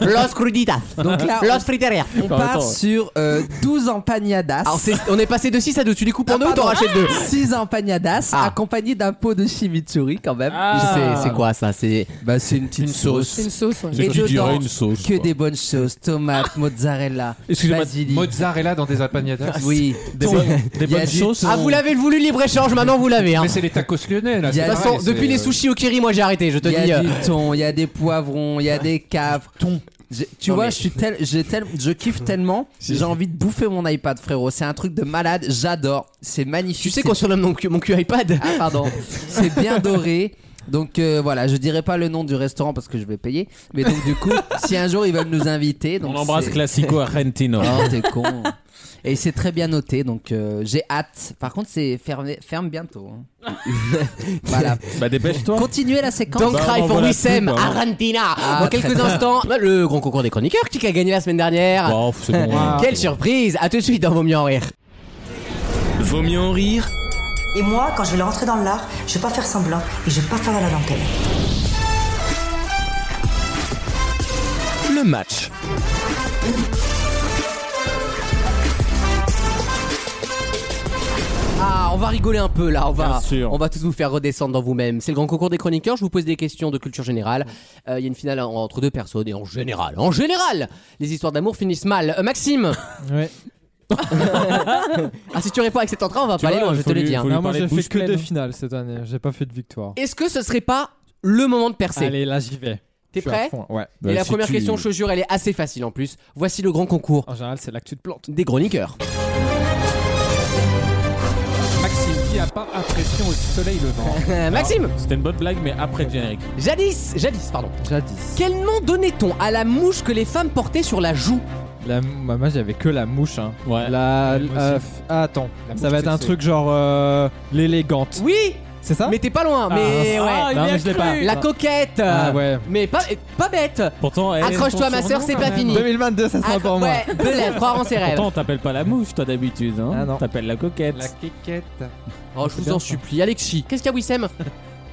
Speaker 2: los cruditas,
Speaker 3: Donc là,
Speaker 2: los friterias.
Speaker 3: Ah, on part sur euh, 12 empanadas.
Speaker 2: Alors c'est- on est passé de 6 à 2, tu les coupes en
Speaker 3: Ah,
Speaker 2: deux ou t'en rachètes deux
Speaker 3: 6 empanadas
Speaker 2: Ah.
Speaker 3: accompagnées d'un pot de chimichurri quand même.
Speaker 5: Ah.
Speaker 2: C'est- C'est quoi ça C'est
Speaker 3: Bah c'est une petite
Speaker 6: C'est une
Speaker 3: sauce.
Speaker 6: sauce, ouais.
Speaker 3: Et
Speaker 5: Tu dirais
Speaker 3: dedans,
Speaker 5: une sauce.
Speaker 3: que
Speaker 5: quoi.
Speaker 3: des bonnes choses, tomates, mozzarella,
Speaker 5: Excusez-moi,
Speaker 3: basilic.
Speaker 8: Mozzarella dans des empanadas.
Speaker 3: oui,
Speaker 5: Des bonnes- des
Speaker 3: Il y a
Speaker 5: bonnes
Speaker 3: du-
Speaker 5: sauces.
Speaker 2: Ah vous l'avez voulu libre échange, maintenant vous l'avez. Hein.
Speaker 8: Mais
Speaker 2: De
Speaker 8: c'est les tacos lyonnais là.
Speaker 3: Il y a-
Speaker 8: c'est
Speaker 2: toute façon,
Speaker 8: pareil, c'est- euh,
Speaker 5: euh,
Speaker 2: depuis les sushis au kiri, moi j'ai arrêté. Je te
Speaker 3: il y
Speaker 2: dis.
Speaker 3: a
Speaker 2: euh,
Speaker 3: du thon, il y a des poivrons, il y a des caves. Thon. tu
Speaker 2: Non,
Speaker 3: vois,
Speaker 2: mais-
Speaker 3: je suis tel, j'ai tel, je kiffe tellement, j'ai envie de bouffer mon iPad, frérot. C'est un truc de malade, j'adore. C'est magnifique.
Speaker 2: Tu sais
Speaker 3: c'est
Speaker 2: qu'on surnomme mon cul, mon cul iPad
Speaker 3: Ah pardon, c'est bien doré. Donc euh, voilà, je dirai pas le nom du restaurant parce que je vais payer. Mais donc du coup, si un jour ils veulent nous inviter, donc
Speaker 5: On embrasse
Speaker 3: c'est-
Speaker 5: Classico Argentino.
Speaker 3: Oh t'es con. Et c'est très bien noté, donc euh, j'ai hâte. Par contre, c'est fermé, ferme bientôt. hein. voilà.
Speaker 5: Bah dépêche-toi.
Speaker 3: Continuez la séquence.
Speaker 2: Don't
Speaker 5: Bah,
Speaker 2: cry
Speaker 5: on
Speaker 2: for
Speaker 5: voit la
Speaker 2: Wissem,
Speaker 5: pub, hein.
Speaker 2: Argentina
Speaker 3: Ah,
Speaker 2: Dans quelques instants, le grand concours des chroniqueurs qui a gagné la semaine dernière.
Speaker 5: Bon, c'est bon.
Speaker 2: Quelle surprise À tout de suite dans Vaut mieux en rire.
Speaker 1: Vaut mieux en rire
Speaker 11: Et moi, quand je vais rentrer dans l'art, je vais pas faire semblant et je vais pas faire la dentelle.
Speaker 1: le match.
Speaker 2: Ah, on va rigoler un peu là, on va,
Speaker 5: Bien sûr.
Speaker 2: on va tous vous faire redescendre dans vous-même. C'est le grand concours des chroniqueurs, je vous pose des questions de culture générale.
Speaker 5: Mm.
Speaker 2: Euh, Il y a une finale en- entre deux personnes et en général, en général, les histoires d'amour finissent mal. Euh, Maxime
Speaker 7: Ouais.
Speaker 2: Ah, si tu réponds avec cet entrain, on va
Speaker 5: Tu
Speaker 2: pas aller
Speaker 5: vois,
Speaker 2: loin, je
Speaker 5: faut
Speaker 2: te le
Speaker 5: lui-
Speaker 2: dis. hein.
Speaker 5: faut lui
Speaker 7: Non, moi
Speaker 5: parler
Speaker 7: j'ai
Speaker 5: de bouche
Speaker 7: fait que
Speaker 5: pleine.
Speaker 7: deux finales cette année, j'ai pas fait de victoire.
Speaker 2: Est-ce que ce serait pas le moment de percer
Speaker 7: Allez, là j'y vais. Je
Speaker 2: T'es
Speaker 7: suis
Speaker 2: prêt
Speaker 7: à fond, Ouais.
Speaker 2: Et
Speaker 5: Bah,
Speaker 2: la
Speaker 5: si
Speaker 2: première
Speaker 5: tu-
Speaker 2: question, je te jure, elle est assez facile en plus. Voici le grand concours
Speaker 7: En général, c'est l'actu de plante.
Speaker 2: des chroniqueurs.
Speaker 7: Maxime, qui a pas impression au soleil levant
Speaker 2: Euh, Maxime
Speaker 5: C'était une bonne blague, mais après le générique.
Speaker 2: Jadis Jadis, pardon.
Speaker 7: Jadis.
Speaker 2: Quel nom donnait-on à la mouche que les femmes portaient sur la joue
Speaker 7: La, moi, moi, j'avais que la mouche. Hein.
Speaker 5: Ouais.
Speaker 7: La,
Speaker 8: Ouais, moi
Speaker 7: euh,
Speaker 8: aussi.
Speaker 7: f- ah, attends,
Speaker 8: La
Speaker 7: ça va
Speaker 8: mouche,
Speaker 7: être un
Speaker 8: c'est-
Speaker 7: truc genre euh, l'élégante.
Speaker 2: Oui
Speaker 7: C'est ça
Speaker 2: Mais t'es pas loin, mais ouais.
Speaker 7: non, mais je l'ai pas.
Speaker 2: Ah. La coquette
Speaker 7: Ah
Speaker 2: euh,
Speaker 7: ouais.
Speaker 2: Mais pas, pas bête
Speaker 5: Pourtant, elle-
Speaker 2: Accroche-toi ma soeur, c'est pas fini
Speaker 7: 2022, ça sera
Speaker 2: Accro-
Speaker 7: pour moi.
Speaker 2: Ouais, belève, croire en ses rêves
Speaker 5: Pourtant, on t'appelle pas la mouche, toi d'habitude. Hein
Speaker 7: Ah, non.
Speaker 5: T'appelles la coquette.
Speaker 8: La quéquette.
Speaker 2: Oh, je vous en supplie, Alexis Qu'est-ce qu'il y a Wissem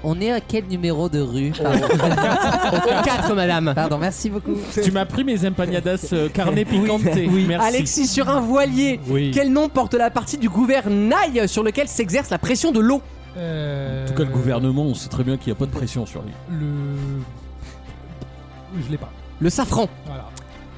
Speaker 3: On est à quel numéro de rue Pardon,
Speaker 2: 4 Oh. madame
Speaker 3: pardon, merci beaucoup.
Speaker 5: Tu m'as pris mes empanadas euh, carnet piquante. Merci.
Speaker 2: Alexis sur un voilier
Speaker 5: Oui.
Speaker 2: Quel nom porte la partie du gouvernail sur lequel s'exerce la pression de l'eau
Speaker 4: Euh,
Speaker 5: En tout cas, le gouvernement, on sait très bien qu'il n'y a pas de pression sur lui.
Speaker 4: Le. Je l'ai pas.
Speaker 2: Le safran
Speaker 4: Voilà.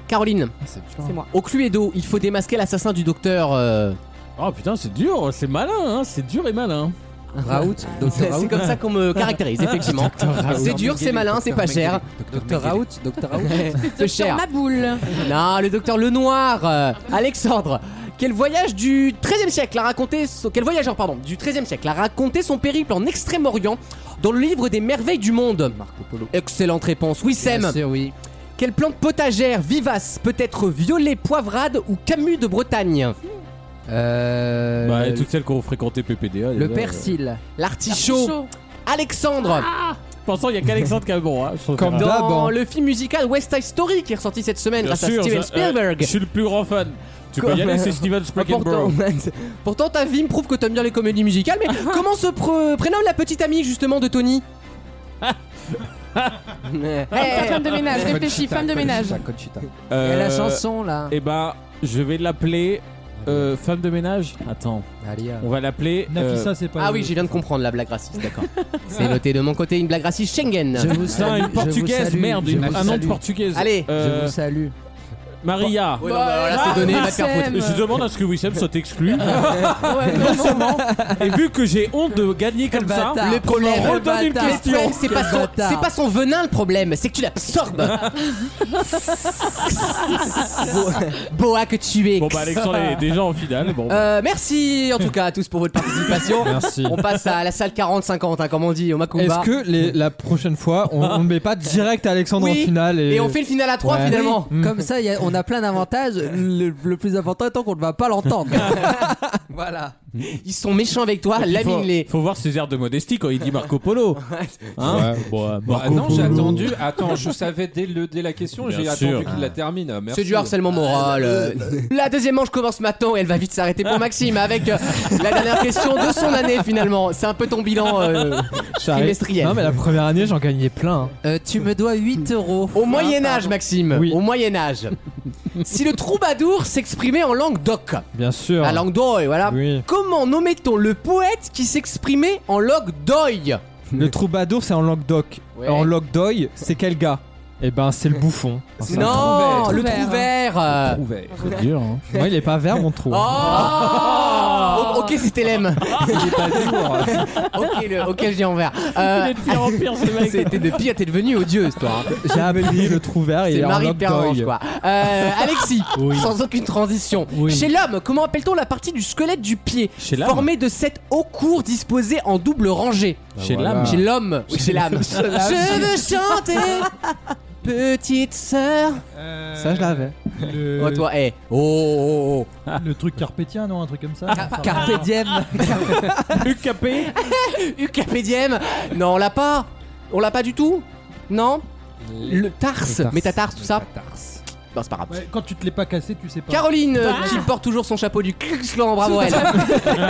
Speaker 2: Caroline,
Speaker 6: C'est moi.
Speaker 2: au Cluedo, il faut démasquer l'assassin du docteur... euh,
Speaker 5: Oh putain, c'est dur, c'est malin, hein, c'est dur et malin.
Speaker 3: Raoult,
Speaker 2: C'est
Speaker 3: docteur
Speaker 2: c'est
Speaker 3: Raoult.
Speaker 2: comme ça qu'on me caractérise, effectivement. C'est dur, c'est malin, c'est pas cher.
Speaker 3: Docteur Raoult, docteur Raoult.
Speaker 2: C'est cher.
Speaker 6: Ma boule.
Speaker 2: Non, le docteur Lenoir, euh, Alexandre. Quel voyage du 13e siècle a raconté son... quel voyageur pardon du 13e siècle a raconté son périple en Extrême-Orient dans le livre des merveilles du monde.
Speaker 3: Marco Polo.
Speaker 2: Excellente réponse. Oui Sam.
Speaker 3: Bien sûr, oui.
Speaker 2: Quelle plante potagère vivace peut être violet poivrade ou camus de Bretagne
Speaker 3: Euh,
Speaker 5: bah, et
Speaker 3: le,
Speaker 5: toutes celles qui ont fréquenté PPDA.
Speaker 3: le
Speaker 5: déjà, euh,
Speaker 3: persil.
Speaker 2: L'artichaut.
Speaker 6: Chaud.
Speaker 2: Alexandre.
Speaker 5: Pensant, il n'y a qu'Alexandre qui a bon. hein, je trouve
Speaker 7: Comme
Speaker 5: que-
Speaker 7: d'hab,
Speaker 2: Dans
Speaker 7: hein.
Speaker 2: le film musical West Side Story qui est ressorti cette semaine
Speaker 5: Bien
Speaker 2: grâce
Speaker 5: sûr,
Speaker 2: à
Speaker 5: je- euh,
Speaker 2: Steven Spielberg.
Speaker 5: Je suis le plus grand fan. Tu peux
Speaker 2: Comme-
Speaker 5: y aller, c'est Steven
Speaker 2: Ah, Pourtant,
Speaker 5: Spielberg.
Speaker 2: pourtant, ta vie me prouve que t'aimes bien les comédies musicales, mais comment se pr- prénomme la petite amie justement de Tony Eh,
Speaker 6: Ta femme de ménage, réfléchis, femme de ménage.
Speaker 3: Et la chanson là.
Speaker 5: Euh, Eh ben, je vais l'appeler euh, femme de ménage. Attends,
Speaker 3: Alia.
Speaker 5: on va l'appeler.
Speaker 4: Nafissa,
Speaker 5: euh,
Speaker 4: c'est pas.
Speaker 2: Ah
Speaker 4: le-
Speaker 2: oui, je viens de comprendre la blague raciste, d'accord. C'est noté de mon côté une blague raciste Schengen.
Speaker 3: Je vous
Speaker 5: Putain,
Speaker 3: salue.
Speaker 5: une portugaise,
Speaker 3: je vous salue,
Speaker 5: merde,
Speaker 3: je
Speaker 5: une,
Speaker 3: vous
Speaker 5: un nom de
Speaker 3: salue.
Speaker 5: portugaise.
Speaker 2: Allez.
Speaker 5: Euh,
Speaker 3: Je vous salue.
Speaker 5: Maria.
Speaker 2: Oui, non, bah, alors là, c'est donné, va te faire
Speaker 5: Wissem.
Speaker 2: foutre.
Speaker 5: Je demande à ce que Wissem soit exclu.
Speaker 6: non,
Speaker 5: Non seulement. Et vu que j'ai honte de gagner comme ça,
Speaker 3: bâtard.
Speaker 2: Le problème,
Speaker 5: on redonne une
Speaker 3: bâtard.
Speaker 5: question.
Speaker 2: Ouais, c'est pas,
Speaker 3: Quel
Speaker 2: son,
Speaker 3: bâtard.
Speaker 2: c'est pas son venin le problème, c'est que tu l'absorbes. Bo- Boa que tu es.
Speaker 5: Bon bah Alexandre est déjà en finale. Bon. bah.
Speaker 2: Euh, merci en tout cas à tous pour votre participation.
Speaker 7: Merci.
Speaker 2: On passe à la salle 40-50, hein, comme on dit au Macumba.
Speaker 7: Est-ce que les- la prochaine fois, on on ne met pas direct Alexandre
Speaker 2: Oui.
Speaker 7: en finale et...
Speaker 2: Et on fait le final à 3
Speaker 7: Ouais.
Speaker 2: finalement.
Speaker 7: Mm.
Speaker 3: Comme ça, il y a- on a plein d'avantages. Le, le plus important étant qu'on ne va pas l'entendre. voilà.
Speaker 2: Ils sont méchants avec toi,
Speaker 5: Il faut,
Speaker 2: lamine-les.
Speaker 5: faut voir ses airs de modestie quand il dit Marco Polo. Hein Bon, euh,
Speaker 8: Ah
Speaker 5: Marco
Speaker 8: non, j'ai
Speaker 5: Polo.
Speaker 8: attendu. Attends, je savais dès, le, dès la question,
Speaker 5: Bien
Speaker 8: j'ai
Speaker 5: sûr.
Speaker 8: attendu qu'il la termine. Ah, merci.
Speaker 2: C'est du harcèlement moral. euh. La deuxième manche commence maintenant et elle va vite s'arrêter pour Maxime avec euh, la dernière question de son année finalement. C'est un peu ton bilan euh, trimestriel.
Speaker 7: Non, mais la première année, j'en gagnais plein. hein,
Speaker 3: Euh, tu me dois 8 euros.
Speaker 2: Au Moyen Âge, Maxime.
Speaker 7: Oui.
Speaker 2: Au Moyen Âge. si le troubadour s'exprimait en langue d'oc,
Speaker 7: Bien sûr.
Speaker 2: la langue d'oï, voilà.
Speaker 7: Oui.
Speaker 2: Comment nommait-on le poète qui s'exprimait en langue d'oï
Speaker 7: Le troubadour, c'est en langue doc.
Speaker 2: Ouais.
Speaker 7: En langue d'oï, c'est quel gars Eh ben, c'est le bouffon. Enfin,
Speaker 2: Non,
Speaker 8: trouvère.
Speaker 2: le
Speaker 6: Trouvère.
Speaker 2: trouvère. euh.
Speaker 8: Ouvert.
Speaker 4: C'est dur, hein.
Speaker 7: Moi, il est pas vert, mon trou. hein.
Speaker 2: Oh,
Speaker 6: Oh.
Speaker 2: ok, c'était l'aime. ok, le, ok, le géant vert. Euh,
Speaker 5: Il est de pire en pire ce mec.
Speaker 2: C'était de pire, t'es devenu odieuse, toi. hein.
Speaker 7: J'ai appelé le trou vert, il
Speaker 2: C'est
Speaker 7: est en
Speaker 2: Marie
Speaker 7: langue
Speaker 2: Pervenche,
Speaker 7: d'oï.
Speaker 2: quoi. Euh, Alexis,
Speaker 4: Oui.
Speaker 2: sans aucune transition.
Speaker 4: Oui.
Speaker 2: Chez l'homme, comment appelle-t-on la partie du squelette du pied
Speaker 5: Chez l'âme.
Speaker 2: formée de sept hauts cours disposés en double rangée
Speaker 5: Chez
Speaker 8: voilà.
Speaker 5: l'âme.
Speaker 2: Chez l'homme, oui, chez l'âme. Je veux chanter, petite sœur.
Speaker 7: Ça, je l'avais.
Speaker 4: Le,
Speaker 2: Oh, toi, eh. Oh, oh,
Speaker 4: le truc carpétien, non Un truc comme ça
Speaker 3: Carpe diem.
Speaker 5: UKP.
Speaker 2: oh. UKP Diem. Non, on l'a pas. On l'a pas du tout Non Le tarse, métatarse, tout ça Non, c'est pas grave.
Speaker 4: Ouais, Quand tu te l'es pas cassé, tu sais pas.
Speaker 2: Caroline, euh, qui porte toujours son chapeau du Klux Klan, bravo à elle.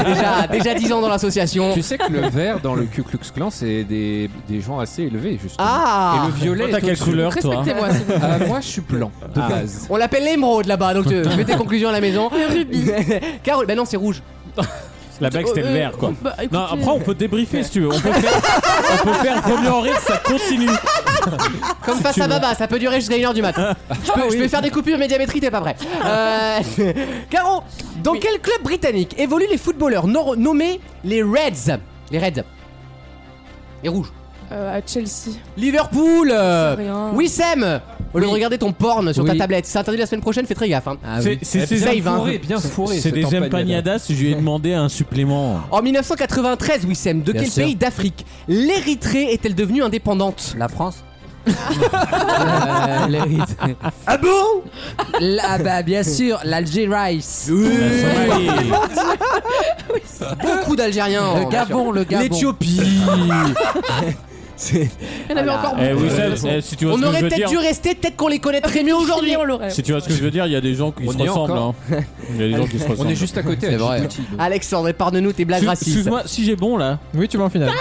Speaker 2: déjà, déjà 10 ans dans l'association.
Speaker 8: Tu sais que le vert dans le Ku Klux Klan, c'est des, des gens assez élevés, justement.
Speaker 2: Ah
Speaker 8: Et le violet,
Speaker 5: Toi, t'as
Speaker 8: est
Speaker 5: quelle
Speaker 8: au-dessus.
Speaker 5: couleur toi
Speaker 6: Respectez-moi, s'il vous plaît.
Speaker 8: Ah, Moi, je suis blanc, de
Speaker 5: Ah.
Speaker 8: base.
Speaker 2: On l'appelle l'émeraude là-bas, donc euh, je mets tes conclusions à la maison. Le rubis. Carole, bah non, c'est rouge.
Speaker 5: La bague c'était
Speaker 6: Euh,
Speaker 5: le vert quoi.
Speaker 6: bah, écoutez,
Speaker 5: Non, après on peut débriefer si tu veux. On peut faire, on peut faire premier en rire, ça continue.
Speaker 2: Comme face à Baba, ça peut durer jusqu'à 1h du matin. Je, peux- je vais faire des coupures, mais diamétrie, t'es pas prêt. Euh, Caro, dans quel club britannique évoluent les footballeurs nor- nommés les Reds Les Reds. Les Rouges.
Speaker 6: Euh, à Chelsea.
Speaker 2: Liverpool euh,
Speaker 6: C'est rien.
Speaker 2: Oui, Sam Au lieu de
Speaker 3: Oui.
Speaker 2: regarder ton porn sur ta
Speaker 3: Oui.
Speaker 2: tablette, c'est interdit la semaine prochaine, fais très gaffe. hein.
Speaker 5: C'est- C'est
Speaker 2: Save,
Speaker 5: c'est-
Speaker 2: hein.
Speaker 8: Fourré, Eh bien fourré.
Speaker 5: c'est
Speaker 8: cette
Speaker 5: des
Speaker 8: empanada.
Speaker 5: empanadas, je lui ai demandé un supplément.
Speaker 2: En 1993, Wissem, de
Speaker 3: Bien
Speaker 2: quel
Speaker 3: sûr.
Speaker 2: pays d'Afrique l'Érythrée est-elle devenue indépendante
Speaker 3: La France euh, l'hérite.
Speaker 2: Ah bon
Speaker 3: Ah bah bien sûr, l'Algérie.
Speaker 5: La Somalie.
Speaker 2: Beaucoup d'Algériens.
Speaker 3: Le Gabon, le Gabon.
Speaker 2: L'Éthiopie.
Speaker 6: Il y en avait
Speaker 2: Voilà.
Speaker 6: encore
Speaker 5: Eh
Speaker 6: beaucoup.
Speaker 5: oui, ça, eh, si tu vois
Speaker 2: On
Speaker 5: ce que je
Speaker 2: aurait
Speaker 5: veux
Speaker 2: peut-être
Speaker 5: dire.
Speaker 2: dû rester, peut-être qu'on les connaîtrait mieux aujourd'hui.
Speaker 6: on l'aurait.
Speaker 5: Si tu vois ce que je veux dire, il y a des gens qui
Speaker 8: On
Speaker 5: se
Speaker 8: y est
Speaker 5: ressemblent.
Speaker 8: encore.
Speaker 5: hein. Il y a des gens qui se
Speaker 8: On
Speaker 5: ressemblent.
Speaker 8: est juste à côté, c'est vrai.
Speaker 2: Alexandre, épargne-nous tes blagues
Speaker 5: Su-
Speaker 2: racistes.
Speaker 5: Excuse-moi, si j'ai bon là.
Speaker 7: Oui, tu vas en finale.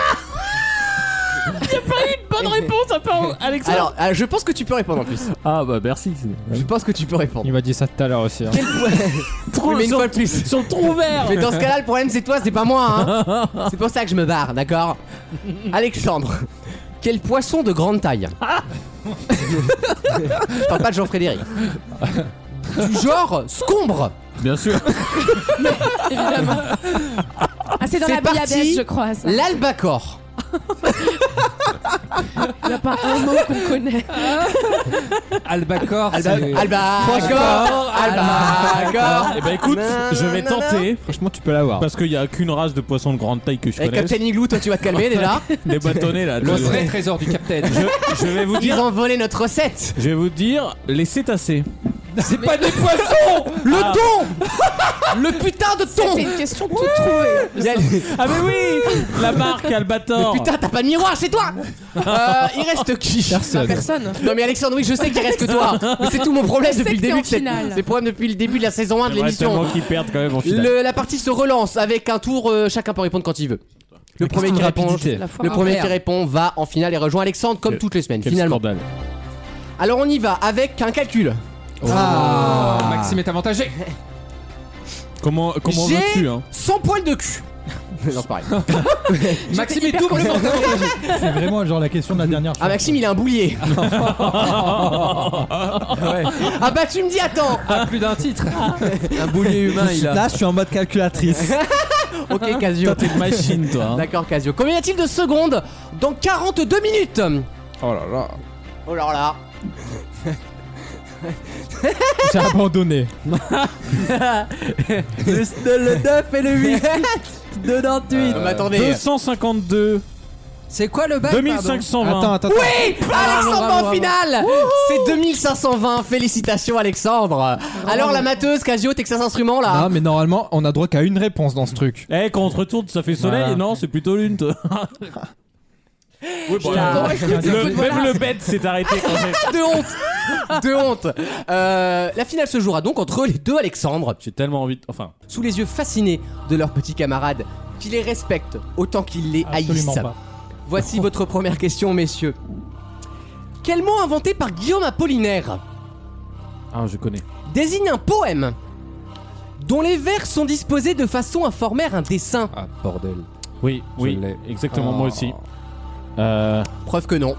Speaker 6: Bonne réponse, à part Alexandre.
Speaker 2: Alors, euh, je pense que tu peux répondre en plus.
Speaker 5: Ah bah merci.
Speaker 2: Je pense que tu peux répondre.
Speaker 7: Il m'a dit ça tout à l'heure aussi. hein.
Speaker 2: Oui, mais une fois de plus.
Speaker 5: Ils sont trop ouverts.
Speaker 2: Mais dans ce cas-là, le problème c'est toi, c'est pas moi. hein. C'est pour ça que je me barre, d'accord Alexandre, quel poisson de grande taille
Speaker 5: Ah
Speaker 2: Je parle pas de Jean-Frédéric. Du genre scombre.
Speaker 5: Bien sûr.
Speaker 6: Ah, c'est dans
Speaker 2: c'est
Speaker 6: la bouillabaisse,
Speaker 2: parti.
Speaker 6: je crois. Ça.
Speaker 2: L'albacore.
Speaker 6: Il n'y a pas un mot qu'on connaît.
Speaker 8: Albacore,
Speaker 5: Ah,
Speaker 8: c'est-
Speaker 2: Alba- Albacore. Albacore.
Speaker 5: Eh ben écoute,
Speaker 2: Ah. Non,
Speaker 5: je vais
Speaker 2: non, non.
Speaker 5: tenter.
Speaker 7: Franchement, tu peux l'avoir.
Speaker 5: Parce qu'il y a qu'une race de poisson de grande taille que je
Speaker 2: Eh,
Speaker 5: connais.
Speaker 2: Captain Igloo, toi tu vas te calmer déjà.
Speaker 5: Les bâtonnets là.
Speaker 8: le
Speaker 5: tu-
Speaker 8: vrai trésor du capitaine.
Speaker 5: Je, je vais vous
Speaker 2: Ils
Speaker 5: dire.
Speaker 2: ont volé notre recette.
Speaker 5: Je vais vous dire les cétacés.
Speaker 2: C'est pas des poissons. Le
Speaker 5: Ah.
Speaker 2: thon. Le putain de
Speaker 6: C'était
Speaker 2: thon.
Speaker 6: une question toute trouvée.
Speaker 2: Il y a-
Speaker 5: Ah mais oui, la marque
Speaker 2: Mais
Speaker 5: Albator.
Speaker 2: putain, t'as pas de miroir chez toi Euh, Il reste qui
Speaker 6: Personne. Personne.
Speaker 2: Non mais Alexandre, oui, je sais qu'il reste que toi. Mais c'est tout mon problème
Speaker 6: Je sais
Speaker 2: depuis le
Speaker 6: que t'es
Speaker 2: début
Speaker 6: en
Speaker 2: de cette...
Speaker 6: finale.
Speaker 2: C'est le problème depuis le début de la saison 1 de
Speaker 5: J'aimerais
Speaker 2: l'émission.
Speaker 5: tellement qu'ils perdent quand même en finale.
Speaker 2: Le- la partie se relance avec un tour, euh, chacun peut répondre quand il veut. Le premier
Speaker 7: question
Speaker 2: qui
Speaker 7: de
Speaker 2: répond,
Speaker 7: rapidité.
Speaker 6: La fois
Speaker 2: le premier
Speaker 6: arrière.
Speaker 2: qui répond va en finale et rejoint Alexandre comme
Speaker 5: Quel-
Speaker 2: toutes les semaines
Speaker 5: Quel
Speaker 2: finalement.
Speaker 5: scandale.
Speaker 2: Alors on y va avec un calcul.
Speaker 5: Ah.
Speaker 8: Maxime est avantagé.
Speaker 5: Comment comment
Speaker 2: J'ai
Speaker 5: veux-tu hein
Speaker 2: 100 poils de cul. non, c'est pareil.
Speaker 7: Maxime est tout pour le
Speaker 4: C'est vraiment genre la question de la dernière
Speaker 2: Ah, Maxime, il a un boulier. Ah, bah, tu me dis, attends. Ah.
Speaker 7: À plus d'un titre.
Speaker 3: Un boulier humain, il a.
Speaker 12: Là, je suis en mode calculatrice.
Speaker 2: Ok, Casio.
Speaker 5: T'es une machine, toi. hein.
Speaker 2: D'accord, Casio. Combien y a-t-il de secondes dans 42 minutes
Speaker 8: Oh là là.
Speaker 2: Oh là là.
Speaker 7: J'ai abandonné.
Speaker 3: Le, le 9 et le 8. 2 dans 8.
Speaker 2: Non,
Speaker 8: Euh.
Speaker 2: mais attendez.
Speaker 5: 252,
Speaker 3: C'est quoi le bac Ah, pardon
Speaker 5: 2520.
Speaker 12: Attends, attends.
Speaker 2: Oui Alexandre en finale C'est 2520. Félicitations, Alexandre. Alors, la mateuse, Casio, Texas Instruments, là.
Speaker 12: Non, mais normalement, on a droit qu'à une réponse dans ce truc.
Speaker 5: Eh, quand on te retourne, ça fait soleil.
Speaker 12: Voilà.
Speaker 5: et Non, c'est plutôt lune. toi. Oui, bon,
Speaker 2: Putain.
Speaker 5: le- même le bête s'est arrêté quand même.
Speaker 2: de honte De honte Euh, La finale se jouera donc entre les deux Alexandre,
Speaker 5: J'ai tellement envie de. Enfin,
Speaker 2: sous les yeux fascinés de leurs petits camarades, qui les respectent autant qu'ils les haïssent.
Speaker 4: Absolument pas.
Speaker 2: Voici votre première question, messieurs. Quel mot inventé par Guillaume Apollinaire
Speaker 5: ah, je connais.
Speaker 2: désigne un poème dont les vers sont disposés de façon à former un dessin
Speaker 8: Ah, bordel.
Speaker 5: Oui, oui,
Speaker 8: l'ai.
Speaker 5: exactement, moi
Speaker 8: Oh.
Speaker 5: aussi. Euh,
Speaker 2: Preuve que non.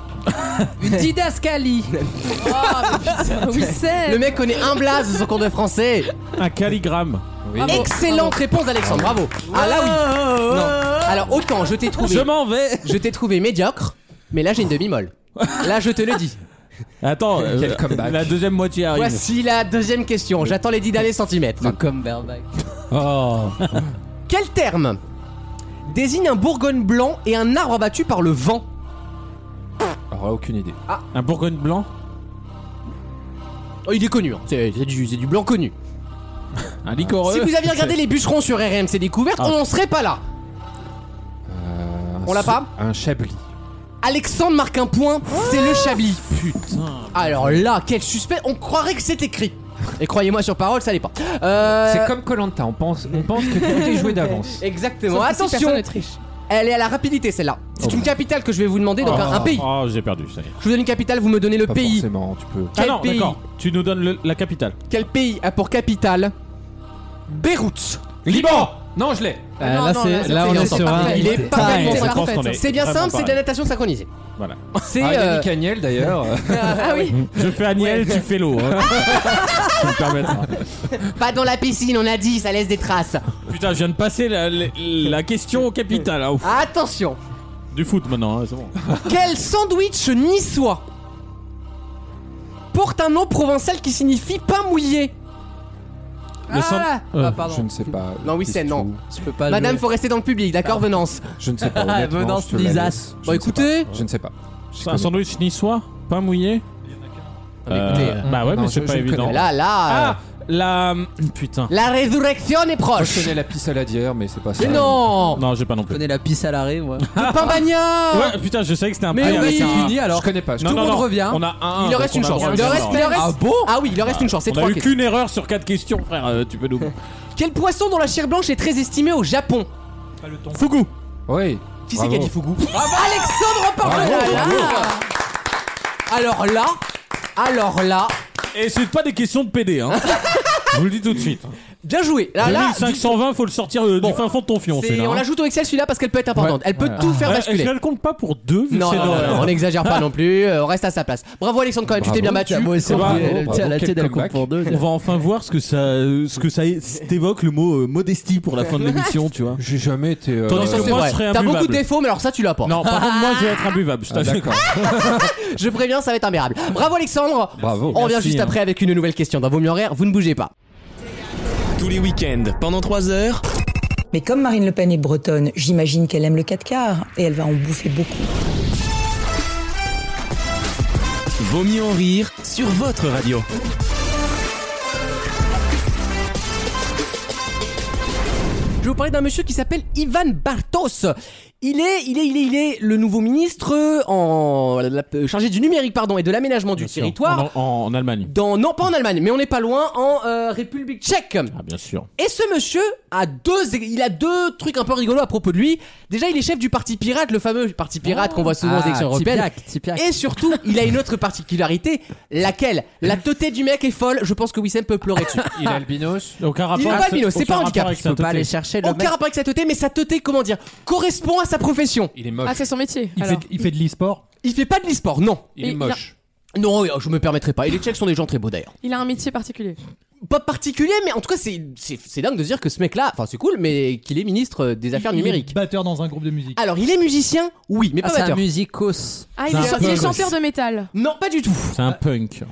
Speaker 6: Une didascalie. Oh, mais putain, oui, c'est.
Speaker 2: Ah, Le mec connaît un blaze de son cours de français.
Speaker 5: un calligramme.
Speaker 6: Bravo.
Speaker 2: Excellente réponse, Alexandre, bravo. Ah là oui. Non. Alors autant je t'ai trouvé.
Speaker 5: Je m'en vais.
Speaker 2: Je t'ai trouvé médiocre, mais là j'ai une demi-molle. Là je te le
Speaker 5: Ah,
Speaker 2: dis.
Speaker 5: Attends, euh,
Speaker 8: Quel comeback.
Speaker 5: la deuxième moitié arrive.
Speaker 2: Voici la deuxième question. J'attends les dix derniers centimètres.
Speaker 3: Le Cumberbatch.
Speaker 5: Oh.
Speaker 2: Quel terme désigne un bourgogne blanc et un arbre abattu par le vent
Speaker 8: Alors là, aucune idée.
Speaker 5: Ah. Un bourgogne blanc,
Speaker 2: Oh, Il est connu, hein. c'est c'est du, c'est du blanc connu.
Speaker 5: un licoreux.
Speaker 2: Si vous aviez regardé les bûcherons sur RMC Découverte,
Speaker 5: Ah.
Speaker 2: on n'en serait pas là.
Speaker 8: Euh, un
Speaker 2: On l'a
Speaker 8: sou-
Speaker 2: pas
Speaker 8: Un chablis.
Speaker 2: Alexandre marque un point, c'est le Chablis.
Speaker 5: Putain.
Speaker 2: Alors là, quel suspect, on croirait que c'est écrit. Et croyez-moi sur parole, ça l'est pas. Euh,
Speaker 7: C'est comme Colanta, on pense, on pense que tout est joué d'avance.
Speaker 2: Exactement,
Speaker 6: Sauf que si
Speaker 2: attention,
Speaker 6: personne ne triche.
Speaker 2: elle est à la rapidité celle-là. C'est une capitale que je vais vous demander, donc un, un pays.
Speaker 5: Oh, j'ai perdu, ça y est.
Speaker 2: Je vous donne une capitale, vous me donnez le
Speaker 8: Pas
Speaker 2: pays.
Speaker 8: forcément, tu peux.
Speaker 2: Quel
Speaker 5: ah non,
Speaker 2: pays
Speaker 5: d'accord. Tu nous donnes le- la capitale.
Speaker 2: Quel pays a pour capitale Beyrouth
Speaker 5: Liban
Speaker 7: Non, je l'ai.
Speaker 12: Euh,
Speaker 6: Non,
Speaker 12: là,
Speaker 6: non,
Speaker 12: c'est-
Speaker 6: là, c'est
Speaker 12: là, on
Speaker 6: parfait.
Speaker 12: est sur un.
Speaker 2: Il est parfaitement
Speaker 6: on
Speaker 5: Je
Speaker 6: C'est
Speaker 2: synchro-
Speaker 5: pense
Speaker 6: parfait.
Speaker 5: qu'on est
Speaker 2: C'est bien
Speaker 5: vraiment
Speaker 2: simple, c'est de la
Speaker 5: pareil.
Speaker 2: natation synchronisée.
Speaker 5: Voilà.
Speaker 2: C'est
Speaker 7: Ah,
Speaker 2: euh,
Speaker 7: Yannick Agnel d'ailleurs.
Speaker 6: Ah oui.
Speaker 5: Je fais Aniel, tu fais l'eau. hein. Tu me permettras.
Speaker 2: pas dans la piscine, on a dit, ça laisse des traces.
Speaker 5: Putain, je viens de passer la, la- la question au capital. hein. Ouf.
Speaker 2: Attention,
Speaker 5: Du foot maintenant, hein, c'est bon.
Speaker 2: quel sandwich niçois porte un nom provençal qui signifie pain mouillé
Speaker 5: Le sang- Euh,
Speaker 3: Ah, pardon.
Speaker 8: Je ne sais pas.
Speaker 2: Non, oui, c'est
Speaker 8: Qu'est-ce
Speaker 2: non.
Speaker 8: que-
Speaker 3: Je peux pas
Speaker 2: Madame,
Speaker 3: le...
Speaker 2: faut rester dans le public, d'accord, Venance
Speaker 8: Je ne sais pas.
Speaker 3: Ah,
Speaker 8: honnêtement,
Speaker 3: Venance
Speaker 8: je te la laisse.
Speaker 3: Lisace.
Speaker 8: Je
Speaker 2: Bon,
Speaker 8: ne sais
Speaker 2: écoutez,
Speaker 8: pas. Je ne sais pas. Je
Speaker 5: C'est un
Speaker 8: connais.
Speaker 5: sandwich niçois, pain mouillé. Euh, bah ouais,
Speaker 8: Non,
Speaker 5: mais c'est
Speaker 8: je-
Speaker 5: pas
Speaker 8: je
Speaker 5: évident.
Speaker 8: connais.
Speaker 2: là, là, euh,
Speaker 5: Ah, la. Putain.
Speaker 2: la résurrection est
Speaker 8: Moi, je
Speaker 2: proche.
Speaker 8: connais la pisse à la mais c'est pas ça.
Speaker 2: Mais non
Speaker 5: Non, j'ai pas non
Speaker 3: Je
Speaker 5: plus.
Speaker 3: connais la pisse à l'arrêt, moi.
Speaker 2: Le pain bagnat
Speaker 5: Ouais, putain, je savais que c'était un
Speaker 8: Ah,
Speaker 3: Mais
Speaker 5: pain
Speaker 3: oui,
Speaker 5: avec
Speaker 3: c'est
Speaker 5: un.
Speaker 3: fini alors.
Speaker 8: Je connais pas. je
Speaker 5: Non,
Speaker 3: Tout
Speaker 5: non,
Speaker 3: le monde
Speaker 5: non.
Speaker 3: revient.
Speaker 5: On a un.
Speaker 2: Il leur reste une chance. Il leur reste, il leur reste-
Speaker 3: Ah bon
Speaker 2: Ah oui, il leur reste une chance. C'est
Speaker 5: On a
Speaker 2: trois
Speaker 5: eu
Speaker 2: questions.
Speaker 5: qu'une erreur sur quatre questions, frère. euh, Tu peux nous.
Speaker 2: Quel poisson dont la chair blanche est très estimée au Japon
Speaker 4: Pas le temps.
Speaker 5: Fugu.
Speaker 8: Oui.
Speaker 2: Qui c'est
Speaker 8: Bravo.
Speaker 2: qui a dit Fougou Alexandre Portelala Alors là, alors là,
Speaker 5: Et c'est pas des questions de PD, hein. Je vous le dis tout de suite.
Speaker 2: bien joué. Ah, Là, là,
Speaker 5: 2520, faut le sortir euh,
Speaker 2: Bon.
Speaker 5: du fin fond de ton fion,
Speaker 2: c'est-
Speaker 5: celui-là.
Speaker 2: on
Speaker 5: hein.
Speaker 2: l'ajoute au Excel celui-là parce qu'elle peut être importante. Elle peut tout faire
Speaker 5: Euh, Est-ce
Speaker 2: basculer.
Speaker 5: qu'elle compte pas pour deux vu que
Speaker 2: Non,
Speaker 5: c'est
Speaker 2: non, non,
Speaker 5: Noël
Speaker 2: non, on n'exagère pas non plus. euh, On reste à sa place. Bravo Alexandre quand même. Tu t'es bien battu.
Speaker 3: Tiens, moi aussi,
Speaker 5: Bravo,
Speaker 3: on peut-
Speaker 8: bravo,
Speaker 3: tiens, la
Speaker 8: quel
Speaker 3: tête, elle coupe
Speaker 8: comeback.
Speaker 3: pour deux.
Speaker 5: On va enfin voir ce que ça, euh, ce que ça t'évoque le mot euh, modestie pour la fin de l'émission, tu vois.
Speaker 8: J'ai jamais été. euh,
Speaker 5: Tandis
Speaker 2: Ça,
Speaker 5: que
Speaker 2: c'est
Speaker 5: moi,
Speaker 2: vrai.
Speaker 5: je serais
Speaker 2: T'as beaucoup de
Speaker 5: imbuvable.
Speaker 2: défauts, mais alors ça, tu l'as pas.
Speaker 5: Non, par contre, moi, je vais être imbuvable. Je
Speaker 8: ah,
Speaker 5: t'assure.
Speaker 8: D'accord.
Speaker 2: Je préviens, ça va être imbérable. Bravo Alexandre.
Speaker 8: Bravo.
Speaker 2: On revient
Speaker 5: Merci,
Speaker 2: juste
Speaker 5: hein.
Speaker 2: après avec une nouvelle question dans Vos mieux en rire. Vous ne bougez pas.
Speaker 1: Tous les week-ends, pendant 3 heures.
Speaker 11: Mais comme Marine Le Pen est bretonne, j'imagine qu'elle aime le 4 quarts et elle va en bouffer beaucoup.
Speaker 1: Vaut mieux en rire sur votre radio.
Speaker 2: Je vais vous parler d'un monsieur qui s'appelle Ivan Bartos. Il est, il est, il est, il est le nouveau ministre euh, en la- la- chargé du numérique, pardon, et de l'aménagement du territoire.
Speaker 5: En, en- en Allemagne.
Speaker 2: Dans, non, pas en Allemagne, mais on n'est pas loin, en euh, République tchèque.
Speaker 5: Ah, bien sûr.
Speaker 2: Et ce monsieur a deux, il a deux trucs un peu rigolos à propos de lui. Déjà, il est chef du parti pirate, le fameux parti pirate qu'on voit souvent aux
Speaker 3: Ah,
Speaker 2: élections européennes.
Speaker 3: Tipiak, Tipiak.
Speaker 2: Et surtout, il a une autre particularité, laquelle la teuté du mec est folle. Je pense que Wissem peut pleurer dessus.
Speaker 8: Il est albinos.
Speaker 5: Aucun rapport
Speaker 2: Il n'est
Speaker 5: avec
Speaker 2: pas
Speaker 5: ce-
Speaker 2: albino, c'est
Speaker 5: aucun
Speaker 2: pas un
Speaker 5: rapport
Speaker 2: handicap.
Speaker 5: avec sa teuté.
Speaker 2: Aucun rapport avec sa teuté, mais sa teuté, comment dire, correspond à sa profession.
Speaker 8: Il est moche.
Speaker 6: Ah, c'est son métier.
Speaker 4: Il fait,
Speaker 6: alors.
Speaker 4: il fait de l'e-sport.
Speaker 2: Il fait pas de l'e-sport, non.
Speaker 8: Il est
Speaker 6: Il-
Speaker 8: moche.
Speaker 2: Non, euh, je me permettrai pas. Et les Tchèques sont des gens très beaux d'ailleurs.
Speaker 6: Il a un métier particulier.
Speaker 2: Pas particulier, mais en tout cas, c'est- c'est c'est dingue de se dire que ce mec-là, enfin, c'est cool, mais qu'il est ministre euh, des Affaires
Speaker 4: Il est
Speaker 2: numériques.
Speaker 4: Batteur dans un groupe de musique.
Speaker 2: Alors, il est musicien, oui, mais
Speaker 3: Ah,
Speaker 2: pas
Speaker 3: c'est un
Speaker 2: batteur.
Speaker 3: musicos.
Speaker 6: Ah, il est,
Speaker 5: C'est un
Speaker 6: chan- il est
Speaker 5: peu-
Speaker 6: chanteur de métal.
Speaker 2: Non, pas du tout.
Speaker 5: C'est un punk.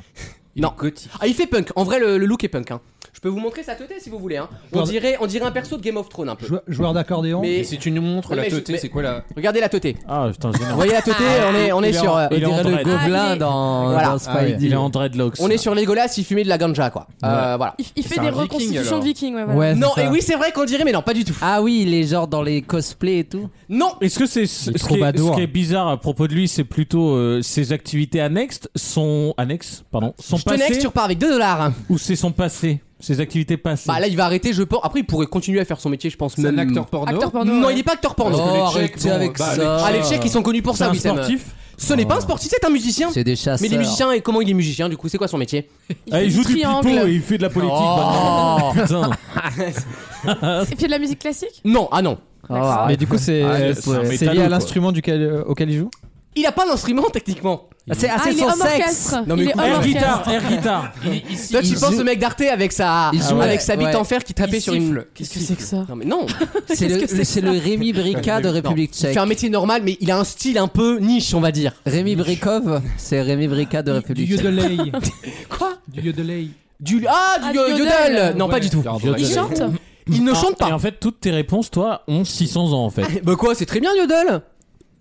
Speaker 2: Non. Ah, il fait punk. En vrai, le, le look est punk. hein. Je peux vous montrer sa teuté si vous voulez. hein. On
Speaker 4: Joueur-
Speaker 2: dirait, on dirait un perso de Game of Thrones un peu.
Speaker 4: Jou- Joueur d'accordéon.
Speaker 2: Mais-
Speaker 8: Et si tu nous montres
Speaker 2: Mais
Speaker 8: la
Speaker 2: je-
Speaker 8: teuté,
Speaker 2: mais-
Speaker 8: c'est quoi la.
Speaker 2: Regardez la teuté.
Speaker 5: Ah, putain, je
Speaker 2: Vous
Speaker 5: l'énerve.
Speaker 2: voyez la teuté On est, on est
Speaker 5: Il est
Speaker 2: sur,
Speaker 5: en-
Speaker 2: euh,
Speaker 5: il est
Speaker 3: On
Speaker 5: en
Speaker 3: dirait le
Speaker 5: dread.
Speaker 3: gobelin
Speaker 6: Ah, il est-
Speaker 3: dans,
Speaker 2: Voilà.
Speaker 3: dans Spidey.
Speaker 5: Il est en dreadlocks.
Speaker 2: on est sur Legolas, il fumait de la ganja quoi. Euh, voilà.
Speaker 6: Il, il fait
Speaker 8: C'est
Speaker 6: des
Speaker 8: un viking,
Speaker 6: reconstitutions
Speaker 8: alors.
Speaker 6: de vikings, ouais, voilà.
Speaker 3: Ouais, c'est
Speaker 2: Non,
Speaker 3: ça.
Speaker 2: et oui, c'est vrai qu'on dirait, mais non, pas du tout.
Speaker 3: Ah oui, il est genre dans les cosplays et tout.
Speaker 2: Non,
Speaker 5: Est-ce que c'est ce,
Speaker 12: Il est
Speaker 5: ce qui est,
Speaker 12: troubadour.
Speaker 5: ce qui est bizarre à propos de lui, c'est plutôt euh, ses activités annexes, son annexes, pardon, son
Speaker 2: je te
Speaker 5: passé
Speaker 2: next, tu repars avec 2 dollars. hein.
Speaker 5: ou c'est son passé, ses activités passées.
Speaker 2: Bah là, il va arrêter, je pense. Après, il pourrait continuer à faire son métier, je pense.
Speaker 8: C'est
Speaker 2: Même...
Speaker 8: un acteur porno.
Speaker 6: Acteur porno.
Speaker 2: Non,
Speaker 6: ouais.
Speaker 2: il est pas acteur porno.
Speaker 8: Parce que les
Speaker 3: Oh,
Speaker 8: Tchèques,
Speaker 3: arrêtez
Speaker 8: bon,
Speaker 3: avec
Speaker 8: bah,
Speaker 3: ça.
Speaker 2: Ah, les Tchèques, ils sont connus pour
Speaker 5: c'est
Speaker 2: ça,
Speaker 5: un
Speaker 2: oui, Sam.
Speaker 5: sportif.
Speaker 2: Ce n'est pas un sportif, c'est un musicien.
Speaker 3: C'est des chasseurs.
Speaker 2: Mais il est musicien, et comment il est musicien du coup C'est quoi son métier
Speaker 6: Il
Speaker 5: Ah,
Speaker 6: fait
Speaker 5: il
Speaker 6: du
Speaker 5: joue du
Speaker 6: triangle.
Speaker 5: pipeau et il fait de la politique.
Speaker 2: Oh.
Speaker 5: bah non. putain.
Speaker 6: Il fait de la musique classique
Speaker 2: Non, ah non.
Speaker 3: Oh,
Speaker 6: D'accord.
Speaker 12: Mais du coup, c'est
Speaker 5: Ah,
Speaker 12: euh,
Speaker 5: c'est un
Speaker 12: c'est
Speaker 5: métallo,
Speaker 12: lié à
Speaker 5: quoi.
Speaker 12: l'instrument duquel- euh, auquel il joue
Speaker 2: Il a pas d'instrument techniquement.
Speaker 3: Ah, c'est ah,
Speaker 6: Ah,
Speaker 3: c'est
Speaker 6: il est
Speaker 3: son
Speaker 6: homme
Speaker 3: sexe.
Speaker 6: orchestre.
Speaker 2: Non, mais
Speaker 6: il est
Speaker 2: écoute,
Speaker 6: homme
Speaker 5: Air
Speaker 6: orchestre.
Speaker 5: guitare, air guitare.
Speaker 2: Toi, tu
Speaker 3: il
Speaker 2: penses
Speaker 3: joue-
Speaker 2: au mec d'Arte avec sa,
Speaker 3: Il joue
Speaker 2: avec
Speaker 3: avec-
Speaker 2: sa bite
Speaker 3: ouais.
Speaker 2: en fer qui tapait sur une.
Speaker 6: Qu'est-ce que c'est que ça
Speaker 2: Non, mais non
Speaker 3: C'est
Speaker 6: Qu'est-ce
Speaker 3: le,
Speaker 6: que c'est que
Speaker 3: c'est le Rémi Brica de République
Speaker 2: Il
Speaker 3: tchèque.
Speaker 2: fait un métier normal, mais il a un style un peu niche, on va dire.
Speaker 3: Rémi Brikov, c'est Rémi Brica de
Speaker 4: Du
Speaker 3: République tchèque.
Speaker 4: yodelay.
Speaker 2: Quoi
Speaker 4: du yodelay.
Speaker 2: Du. Ah, du,
Speaker 6: Ah, du
Speaker 2: euh, yodel.
Speaker 6: yodel.
Speaker 2: Non, pas
Speaker 8: ouais,
Speaker 2: du tout.
Speaker 8: c'est un
Speaker 6: Il
Speaker 8: vrai-
Speaker 6: chante
Speaker 2: Il ne chante
Speaker 5: Ah, Et
Speaker 2: pas.
Speaker 5: en fait, toutes tes réponses, toi, ont 600 ans en fait.
Speaker 2: Bah quoi, c'est très bien, Yodel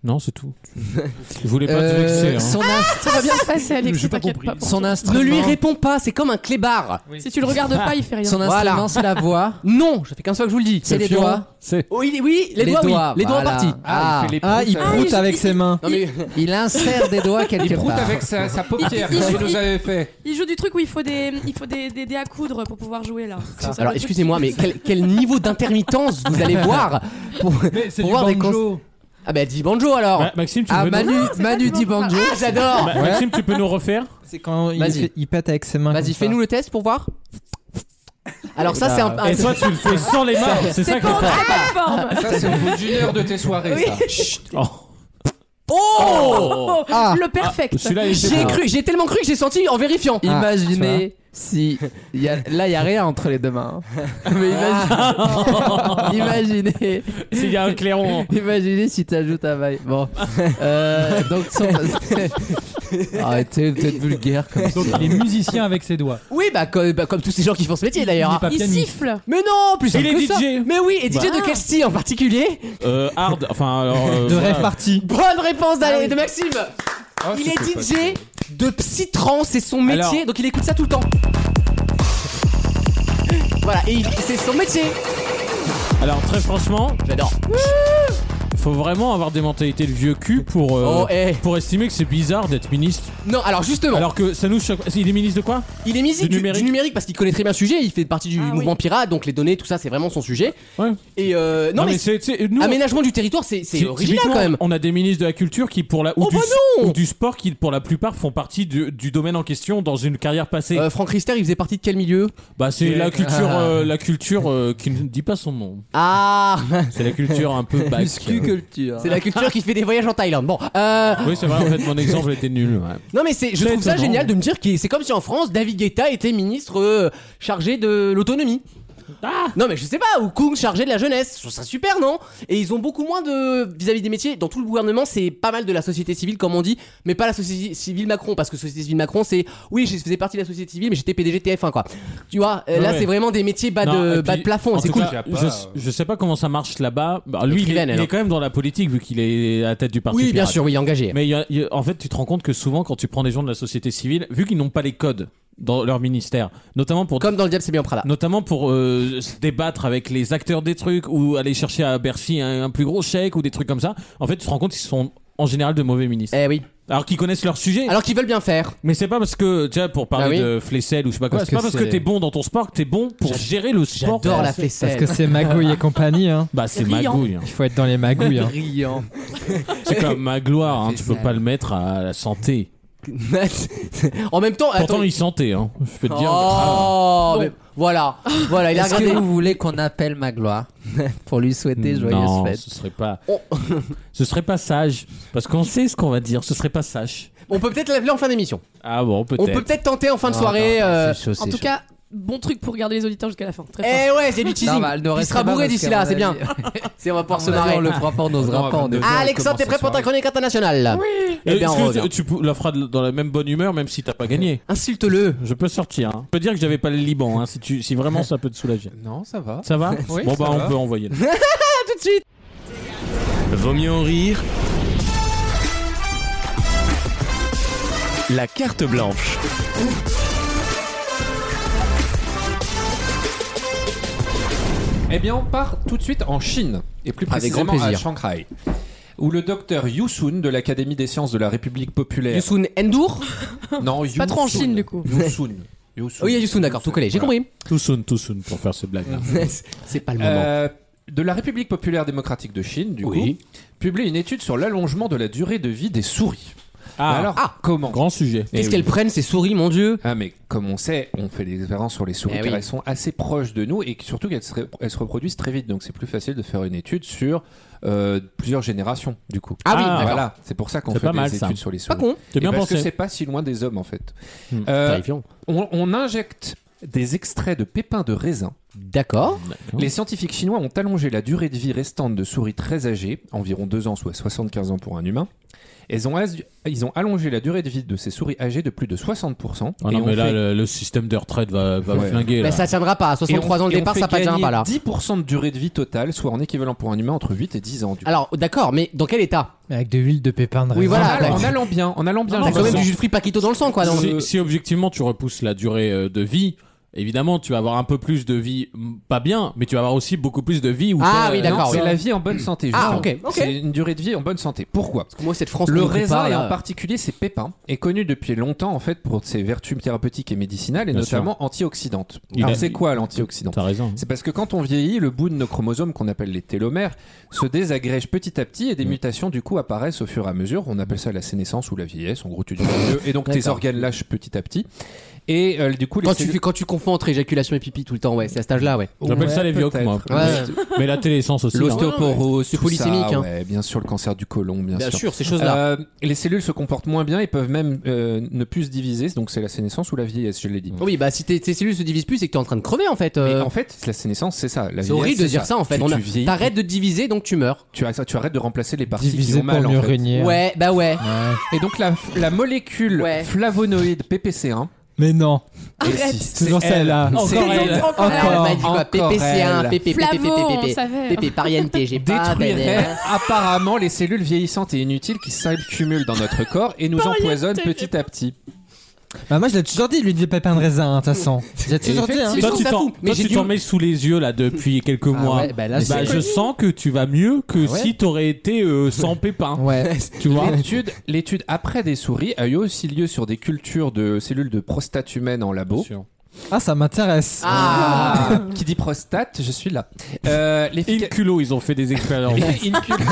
Speaker 5: Non, c'est tout. Je voulais pas te
Speaker 3: Euh,
Speaker 5: vexer. hein.
Speaker 3: son, ins-
Speaker 6: Ça va bien se passer, Alexis, t'inquiète pas. pour
Speaker 3: son
Speaker 6: toi.
Speaker 3: instrument,
Speaker 2: Ah, Ne lui réponds pas, c'est comme un clébard.
Speaker 6: Si tu le regardes pas, il fait rien.
Speaker 3: son instrument,
Speaker 2: Voilà.
Speaker 3: c'est la voix.
Speaker 2: Non, je fais qu'un seul que je vous le dis.
Speaker 3: C'est les doigts.
Speaker 5: C'est
Speaker 2: Oh, il est- oui, les, doigts, oui. Les doigts
Speaker 3: voilà.
Speaker 2: partis.
Speaker 8: Ah, il fait les
Speaker 12: Ah, il
Speaker 8: proutes, euh,
Speaker 12: proute
Speaker 6: il-
Speaker 12: avec
Speaker 6: il-
Speaker 12: ses mains.
Speaker 2: Non mais
Speaker 3: Il insère des doigts quelque
Speaker 8: Il proute
Speaker 3: part.
Speaker 8: avec sa, sa paupière,
Speaker 6: Il- il-
Speaker 8: comme tu
Speaker 6: il-
Speaker 8: nous avais fait.
Speaker 6: Il joue du truc où il faut des, il faut des, des, des à coudre pour pouvoir jouer là. C'est ça,
Speaker 2: alors
Speaker 6: le truc.
Speaker 2: excusez-moi mais quel, quel niveau d'intermittence vous allez voir pour,
Speaker 4: Mais c'est
Speaker 2: pour
Speaker 4: du
Speaker 2: voir des cons-
Speaker 4: banjo.
Speaker 2: Ah bah dis banjo alors.
Speaker 5: Ma- Maxime, tu
Speaker 3: Ah,
Speaker 5: peux nous...
Speaker 3: Manu, Manu
Speaker 6: pas
Speaker 3: dit
Speaker 6: du bon.
Speaker 3: banjo.
Speaker 2: Ah j'adore.
Speaker 5: Ma- Bah, Maxime, tu peux nous refaire
Speaker 12: C'est quand il,
Speaker 2: Vas-y.
Speaker 12: fait- il pète avec ses mains.
Speaker 2: Bah, Vas-y,
Speaker 12: comme ça.
Speaker 2: fais-nous le test pour voir. Alors ça Ah, c'est un, un-
Speaker 5: Et toi, tu le fais sans les mains. C'est ça
Speaker 6: C'est
Speaker 5: qui est
Speaker 6: pas en
Speaker 5: fort.
Speaker 6: très bonne forme.
Speaker 8: Ça, c'est au bout d'une heure de tes soirées, ça.
Speaker 5: Oh.
Speaker 6: Oh, le perfect.
Speaker 5: Celui-là, il était
Speaker 2: j'ai
Speaker 5: bon.
Speaker 2: cru, j'ai tellement cru que j'ai senti en vérifiant.
Speaker 12: Ah,
Speaker 3: Imaginez
Speaker 12: tu
Speaker 3: si. il y a- là, il n'y a rien entre les deux mains. hein. Mais imagine- imaginez,
Speaker 5: S'il y a un
Speaker 2: Oh.
Speaker 5: clairon.
Speaker 3: imaginez si tu ajoutes un bail. Bon. Euh, donc, son. Arrêtez, vous êtes vulgaire comme ça.
Speaker 4: Donc il est musicien avec ses doigts.
Speaker 2: Oui bah comme, bah, comme tous ces gens qui font ce métier
Speaker 4: Il est
Speaker 2: d'ailleurs. hein.
Speaker 4: pas
Speaker 6: Il
Speaker 4: pianiste.
Speaker 6: siffle.
Speaker 2: Mais non, plus simple
Speaker 5: Il est
Speaker 2: que ça.
Speaker 5: DJ.
Speaker 2: Mais oui, et DJ de
Speaker 6: Ah.
Speaker 2: quel style en particulier
Speaker 5: Euh, hard, enfin alors. euh,
Speaker 12: De
Speaker 5: voilà.
Speaker 12: rêve parti.
Speaker 2: Bonne réponse d'Ale-
Speaker 6: Ah oui.
Speaker 2: de Maxime.
Speaker 8: Ah,
Speaker 2: il
Speaker 8: je
Speaker 2: est
Speaker 8: sais pas.
Speaker 2: DJ de psytrance, c'est son métier,
Speaker 5: Alors-
Speaker 2: donc il écoute ça tout le temps. Voilà, et il- c'est son métier.
Speaker 5: Alors très franchement,
Speaker 2: J'adore.
Speaker 5: faut vraiment avoir des mentalités de vieux cul pour euh,
Speaker 2: Oh, eh.
Speaker 5: pour estimer que c'est bizarre d'être ministre.
Speaker 2: Non, alors justement,
Speaker 5: Alors que ça nous choque. Il est ministre de quoi
Speaker 2: il est musique
Speaker 5: du
Speaker 2: du, du numérique.
Speaker 5: numérique.
Speaker 2: parce qu'il connaît très bien le sujet, il fait partie du
Speaker 6: Ah
Speaker 2: mouvement
Speaker 6: oui.
Speaker 2: pirate, donc les données, tout ça, c'est vraiment son sujet.
Speaker 5: Ouais.
Speaker 2: Et euh, non, mais,
Speaker 5: c'est c'est- nous.
Speaker 2: aménagement du territoire, c'est
Speaker 5: c'est-
Speaker 2: c'est original
Speaker 5: typiquement,
Speaker 2: quand même.
Speaker 5: On a des ministres de la culture qui pour la ou,
Speaker 2: Oh,
Speaker 5: du,
Speaker 2: bah
Speaker 5: s-
Speaker 2: non
Speaker 5: ou du sport qui pour la plupart font partie du, du domaine en question dans une carrière passée.
Speaker 2: Euh, Franck Rister, il faisait partie de quel milieu
Speaker 5: bah c'est
Speaker 8: c'est-
Speaker 5: la culture euh, la culture euh, qui ne dit pas son nom.
Speaker 2: Ah
Speaker 5: C'est la culture un peu bac.
Speaker 3: culture.
Speaker 2: C'est la culture qui fait des voyages en Thaïlande. Bon, euh,
Speaker 5: Oui c'est vrai en fait mon exemple était nul. ouais.
Speaker 2: non mais c'est, je trouve ça
Speaker 5: étonnant.
Speaker 2: génial de me dire que c'est comme si en France David Guetta était ministre euh, chargé de l'autonomie.
Speaker 5: Ah.
Speaker 2: Non mais je sais pas, ou Kung chargé de la jeunesse, je trouve ça super non Et ils ont beaucoup moins de vis-à-vis des métiers, dans tout le gouvernement c'est pas mal de la société civile comme on dit, mais pas la société civile Macron, parce que société civile Macron c'est, oui je faisais partie de la société civile mais j'étais PDG TF1 quoi. Tu vois, euh,
Speaker 5: Ouais,
Speaker 2: là
Speaker 5: ouais.
Speaker 2: c'est vraiment des métiers bas,
Speaker 5: Non,
Speaker 2: de,
Speaker 5: et
Speaker 2: bas
Speaker 5: puis,
Speaker 2: de plafond,
Speaker 5: en
Speaker 2: et c'est
Speaker 5: tout
Speaker 2: cool.
Speaker 5: cas,
Speaker 8: Il y a
Speaker 5: je,
Speaker 8: pas, euh,
Speaker 5: je sais pas comment ça marche là-bas. Bah, lui, il est,
Speaker 2: Écrivaine,
Speaker 5: il est
Speaker 2: alors.
Speaker 5: quand même dans la politique vu qu'il est à la tête du parti.
Speaker 2: Oui bien
Speaker 5: pirate.
Speaker 2: sûr, oui engagé.
Speaker 5: Mais il y a- il y a- en fait, tu te rends compte que souvent, quand tu prends des gens de la société civile, vu qu'ils n'ont pas les codes, dans leur ministère, notamment pour
Speaker 2: comme dans le diable c'est bien Prada,
Speaker 5: notamment pour euh, se débattre avec les acteurs des trucs ou aller chercher à Bercy un, un plus gros chèque ou des trucs comme ça. En fait, tu te rends compte qu'ils sont en général de mauvais ministres.
Speaker 2: Eh oui.
Speaker 5: Alors qu'ils connaissent leur sujet.
Speaker 2: Alors qu'ils veulent bien faire.
Speaker 5: Mais c'est pas parce que, tu vois, pour parler
Speaker 2: Ah oui.
Speaker 5: de Flessel ou je sais pas quoi,
Speaker 2: Parce
Speaker 5: c'est pas
Speaker 2: que
Speaker 5: parce que
Speaker 2: c'est-
Speaker 5: t'es bon dans ton sport que t'es bon pour gérer le sport.
Speaker 2: J'adore la faisselle.
Speaker 12: Parce que c'est magouille et compagnie. Hein.
Speaker 5: Bah, c'est Riant. magouille, hein.
Speaker 12: Il faut être dans les magouilles. hein.
Speaker 2: Riant.
Speaker 5: C'est comme ma gloire, hein, tu peux pas le mettre à la santé.
Speaker 2: en même temps,
Speaker 5: Pourtant,
Speaker 2: attends-
Speaker 5: il sentait, hein. je peux te dire.
Speaker 2: Oh, mais voilà, voilà, il a
Speaker 3: Est-ce
Speaker 2: regardé.
Speaker 3: que vous voulez qu'on appelle Magloire pour lui souhaiter joyeuses
Speaker 5: non,
Speaker 3: fêtes
Speaker 5: ce serait pas.
Speaker 2: Oh.
Speaker 5: ce serait pas sage, parce qu'on sait ce qu'on va dire. Ce serait pas sage.
Speaker 2: On peut peut-être l'appeler en fin d'émission.
Speaker 5: Ah bon, peut-être.
Speaker 2: On peut peut-être tenter en fin de soirée. euh,
Speaker 6: En tout cas, bon truc pour garder les auditeurs jusqu'à la fin. Très
Speaker 2: Eh
Speaker 6: fort.
Speaker 2: ouais, c'est du teasing.
Speaker 3: Non, bah, elle ne
Speaker 2: il
Speaker 3: reste
Speaker 2: sera
Speaker 3: pas
Speaker 2: bourré
Speaker 3: parce
Speaker 2: d'ici
Speaker 3: qu'à
Speaker 2: là,
Speaker 3: mon
Speaker 2: c'est bien.
Speaker 3: avis-
Speaker 2: Si on va pouvoir se
Speaker 3: À mon avis,
Speaker 2: marrer.
Speaker 3: on le fera pas, on n'osera pas, on est-
Speaker 2: Ah, Alexandre, t'es prêt pour ta chronique internationale
Speaker 6: Oui.
Speaker 2: Eh bien, on
Speaker 5: Est-ce Euh, que
Speaker 2: revient.
Speaker 5: tu pou- la feras de- dans la même bonne humeur, même si t'as pas gagné
Speaker 2: Insulte-le.
Speaker 5: Je peux sortir. hein. Je peux dire que j'avais pas le Liban, hein, si, tu, si vraiment ça peut te soulager.
Speaker 8: Non, ça va.
Speaker 5: Ça va
Speaker 8: Oui,
Speaker 5: Bon,
Speaker 8: ça
Speaker 5: bah, on
Speaker 8: va.
Speaker 5: peut envoyer. le-
Speaker 2: tout de suite.
Speaker 1: Vaut mieux en rire. La carte blanche.
Speaker 8: Eh bien, on part tout de suite en Chine, et plus
Speaker 2: Avec grand
Speaker 8: précisément à
Speaker 2: plaisir.
Speaker 8: Shanghai, où le docteur Yusun de l'Académie des sciences de la République populaire.
Speaker 2: Yusun Endur
Speaker 8: Non, Yusun.
Speaker 6: Pas trop en Chine du coup.
Speaker 8: Yusun. Yusun.
Speaker 2: Oui, Yusun, d'accord, tout collé, j'ai
Speaker 8: Voilà.
Speaker 2: compris.
Speaker 5: Tout soon, tout soon, pour faire ces blagues.
Speaker 2: C'est pas le moment.
Speaker 8: Euh, de la République populaire démocratique de Chine, du
Speaker 5: Oui.
Speaker 8: coup, publie une étude sur l'allongement de la durée de vie des souris.
Speaker 5: Ah,
Speaker 8: Mais alors,
Speaker 2: Ah.
Speaker 8: comment
Speaker 5: grand sujet.
Speaker 2: Qu'est-ce
Speaker 5: Eh
Speaker 2: qu'elles
Speaker 5: oui.
Speaker 2: prennent ces souris, mon dieu
Speaker 8: Ah mais comme on sait, on fait des expériences sur les souris
Speaker 2: Eh
Speaker 8: car
Speaker 2: oui.
Speaker 8: elles sont assez proches de nous et que- surtout qu'elles se, ré- elles se reproduisent très vite. Donc c'est plus facile de faire une étude sur euh, plusieurs générations du coup.
Speaker 2: Ah oui,
Speaker 5: Ah,
Speaker 2: d'accord.
Speaker 8: voilà, c'est pour ça qu'on
Speaker 5: C'est
Speaker 8: fait
Speaker 5: pas
Speaker 8: des
Speaker 5: mal,
Speaker 8: études
Speaker 5: ça.
Speaker 8: sur les
Speaker 2: Pas
Speaker 8: souris.
Speaker 2: con.
Speaker 5: T'as bien
Speaker 8: Et Eh, parce
Speaker 5: pensé.
Speaker 8: que c'est pas si loin des hommes en fait.
Speaker 5: Hmm.
Speaker 8: Euh,
Speaker 2: Terrifiant.
Speaker 8: on, on injecte des extraits de pépins de raisin.
Speaker 2: D'accord.
Speaker 8: Les scientifiques chinois ont allongé la durée de vie restante de souris très âgées, environ 2 ans, soit 75 ans pour un humain. Elles ont as- ils ont allongé la durée de vie de ces souris âgées de plus de 60%.
Speaker 5: Ah
Speaker 8: et
Speaker 5: non,
Speaker 8: ont
Speaker 5: mais là,
Speaker 8: fait-
Speaker 5: le, le système de retraite va, va
Speaker 8: Ouais.
Speaker 5: flinguer.
Speaker 2: Mais
Speaker 5: là.
Speaker 2: ça tiendra pas. À 63 ans le
Speaker 8: et on- et on
Speaker 2: départ,
Speaker 8: fait
Speaker 2: ça tiendra
Speaker 8: gagner
Speaker 2: pas là.
Speaker 8: 10% de durée de vie totale, soit en équivalent pour un humain entre 8 et 10 ans. Du coup.
Speaker 2: Alors, d'accord, mais dans quel état
Speaker 12: Mais Avec de l'huile de pépin de
Speaker 2: Ah Oui,
Speaker 12: raisin,
Speaker 2: voilà,
Speaker 12: en
Speaker 8: en,
Speaker 12: fait.
Speaker 8: allant- en allant bien, en allant bien.
Speaker 2: T'as
Speaker 8: j'ai
Speaker 2: quand même
Speaker 8: l'impression.
Speaker 2: du jus de fruits paquito dans le sang, quoi. dans
Speaker 5: si,
Speaker 2: le-
Speaker 5: si objectivement tu repousses la durée euh, de vie, évidemment tu vas avoir un peu plus de vie mm, pas bien, mais tu vas avoir aussi beaucoup plus de vie euh, où
Speaker 2: Ah
Speaker 5: t'as-
Speaker 2: oui,
Speaker 8: Non,
Speaker 2: d'accord.
Speaker 8: c'est
Speaker 2: oui.
Speaker 8: la vie en bonne santé.
Speaker 2: Ah,
Speaker 8: justement.
Speaker 2: ok, ok.
Speaker 8: C'est une durée de vie en bonne santé. Pourquoi
Speaker 2: Moi, cette France,
Speaker 8: Le
Speaker 2: nous occupe
Speaker 8: raisin,
Speaker 2: pas,
Speaker 8: et
Speaker 2: là.
Speaker 8: en particulier ses pépins, est connu depuis longtemps en fait pour ses vertus thérapeutiques et médicinales, et
Speaker 5: Bien
Speaker 8: notamment antioxydantes.
Speaker 5: Il
Speaker 8: Alors
Speaker 5: a-
Speaker 8: c'est quoi l'antioxydant
Speaker 5: T'as raison.
Speaker 8: C'est parce que quand on vieillit, le bout de nos chromosomes qu'on appelle les télomères se désagrège petit à petit et
Speaker 5: Mm.
Speaker 8: des mutations du coup apparaissent au fur et à mesure. On appelle ça la sénescence ou la vieillesse. En gros, tu deviens vieux et donc tes
Speaker 2: D'accord.
Speaker 8: organes lâchent petit à petit. Et euh, du coup, les
Speaker 2: Quand tu,
Speaker 8: cellules-
Speaker 2: fais- quand tu confonds entre éjaculation et pipi tout le temps, ouais, c'est à cet âge-là, ouais.
Speaker 5: J'appelle ça les vieux
Speaker 8: peut-être.
Speaker 5: moi.
Speaker 2: Ouais.
Speaker 5: Mais la téléscence aussi. hein.
Speaker 8: l'ostéoporose,
Speaker 2: C'est
Speaker 8: tout
Speaker 2: polysémique,
Speaker 8: ça,
Speaker 2: hein.
Speaker 8: ouais, bien sûr, le cancer du côlon, bien,
Speaker 2: Bien
Speaker 8: sûr.
Speaker 2: sûr, ces choses-là.
Speaker 8: Euh, les cellules se comportent moins bien et peuvent même euh, ne plus se diviser. Donc c'est la sénescence ou la vieillesse, je l'ai dit.
Speaker 2: Oui, bah si tes tes cellules se divisent plus, c'est que t'es en train de crever en fait.
Speaker 8: Mais
Speaker 2: euh.
Speaker 8: en fait, la sénescence, c'est ça. La
Speaker 2: C'est
Speaker 8: vieillesse,
Speaker 2: horrible de
Speaker 8: c'est
Speaker 2: dire ça en fait.
Speaker 8: Tu,
Speaker 2: On a-
Speaker 8: tu vieillis,
Speaker 2: T'arrêtes de diviser donc tu meurs.
Speaker 8: tu arrêtes- tu arrêtes de remplacer les parties qui
Speaker 12: divisé pour
Speaker 8: ont mal. en
Speaker 12: mieux
Speaker 8: fait.
Speaker 12: régner.
Speaker 2: Ouais, bah ouais.
Speaker 8: Et donc la, la molécule
Speaker 2: Ouais.
Speaker 8: flavonoïde PPC1
Speaker 12: Mais non,
Speaker 8: Arrête.
Speaker 12: c'est toujours celle-là.
Speaker 5: Encore elle.
Speaker 2: Ah, Elle m'a dit quoi
Speaker 8: Encore
Speaker 2: PPC1,
Speaker 8: elle.
Speaker 6: Flavon, on
Speaker 2: PPPPPP.
Speaker 6: savait. hein.
Speaker 2: PP par INT, j'ai pas.
Speaker 8: détruirait
Speaker 2: ben,
Speaker 8: apparemment les cellules vieillissantes et inutiles qui s'accumulent dans notre corps et nous empoisonnent petit à petit.
Speaker 12: Bah, moi, je l'ai toujours dit, l'huile de pépin de raisin, hein, de toute façon. J'ai toujours dit, hein.
Speaker 2: Mais je
Speaker 5: Toi,
Speaker 2: trouve
Speaker 5: tu
Speaker 2: ça
Speaker 5: t'en,
Speaker 2: fou. Mais
Speaker 5: toi,
Speaker 2: j'ai
Speaker 5: tu
Speaker 2: dû-
Speaker 5: t'en mets sous les yeux là depuis quelques mois.
Speaker 3: ouais, bah là,
Speaker 5: Bah,
Speaker 3: c'est-
Speaker 5: je sens que tu vas mieux que si t'aurais été euh, sans pépins.
Speaker 12: Ouais.
Speaker 5: Tu vois
Speaker 8: L'étude, l'étude après des souris a eu aussi lieu sur des cultures de cellules de prostate humaine en labo.
Speaker 12: Ah, ça m'intéresse.
Speaker 2: Ah
Speaker 8: Ah, qui dit prostate, je suis là. Euh,
Speaker 5: Et
Speaker 8: l'effica-
Speaker 5: le culot, ils ont fait des expériences.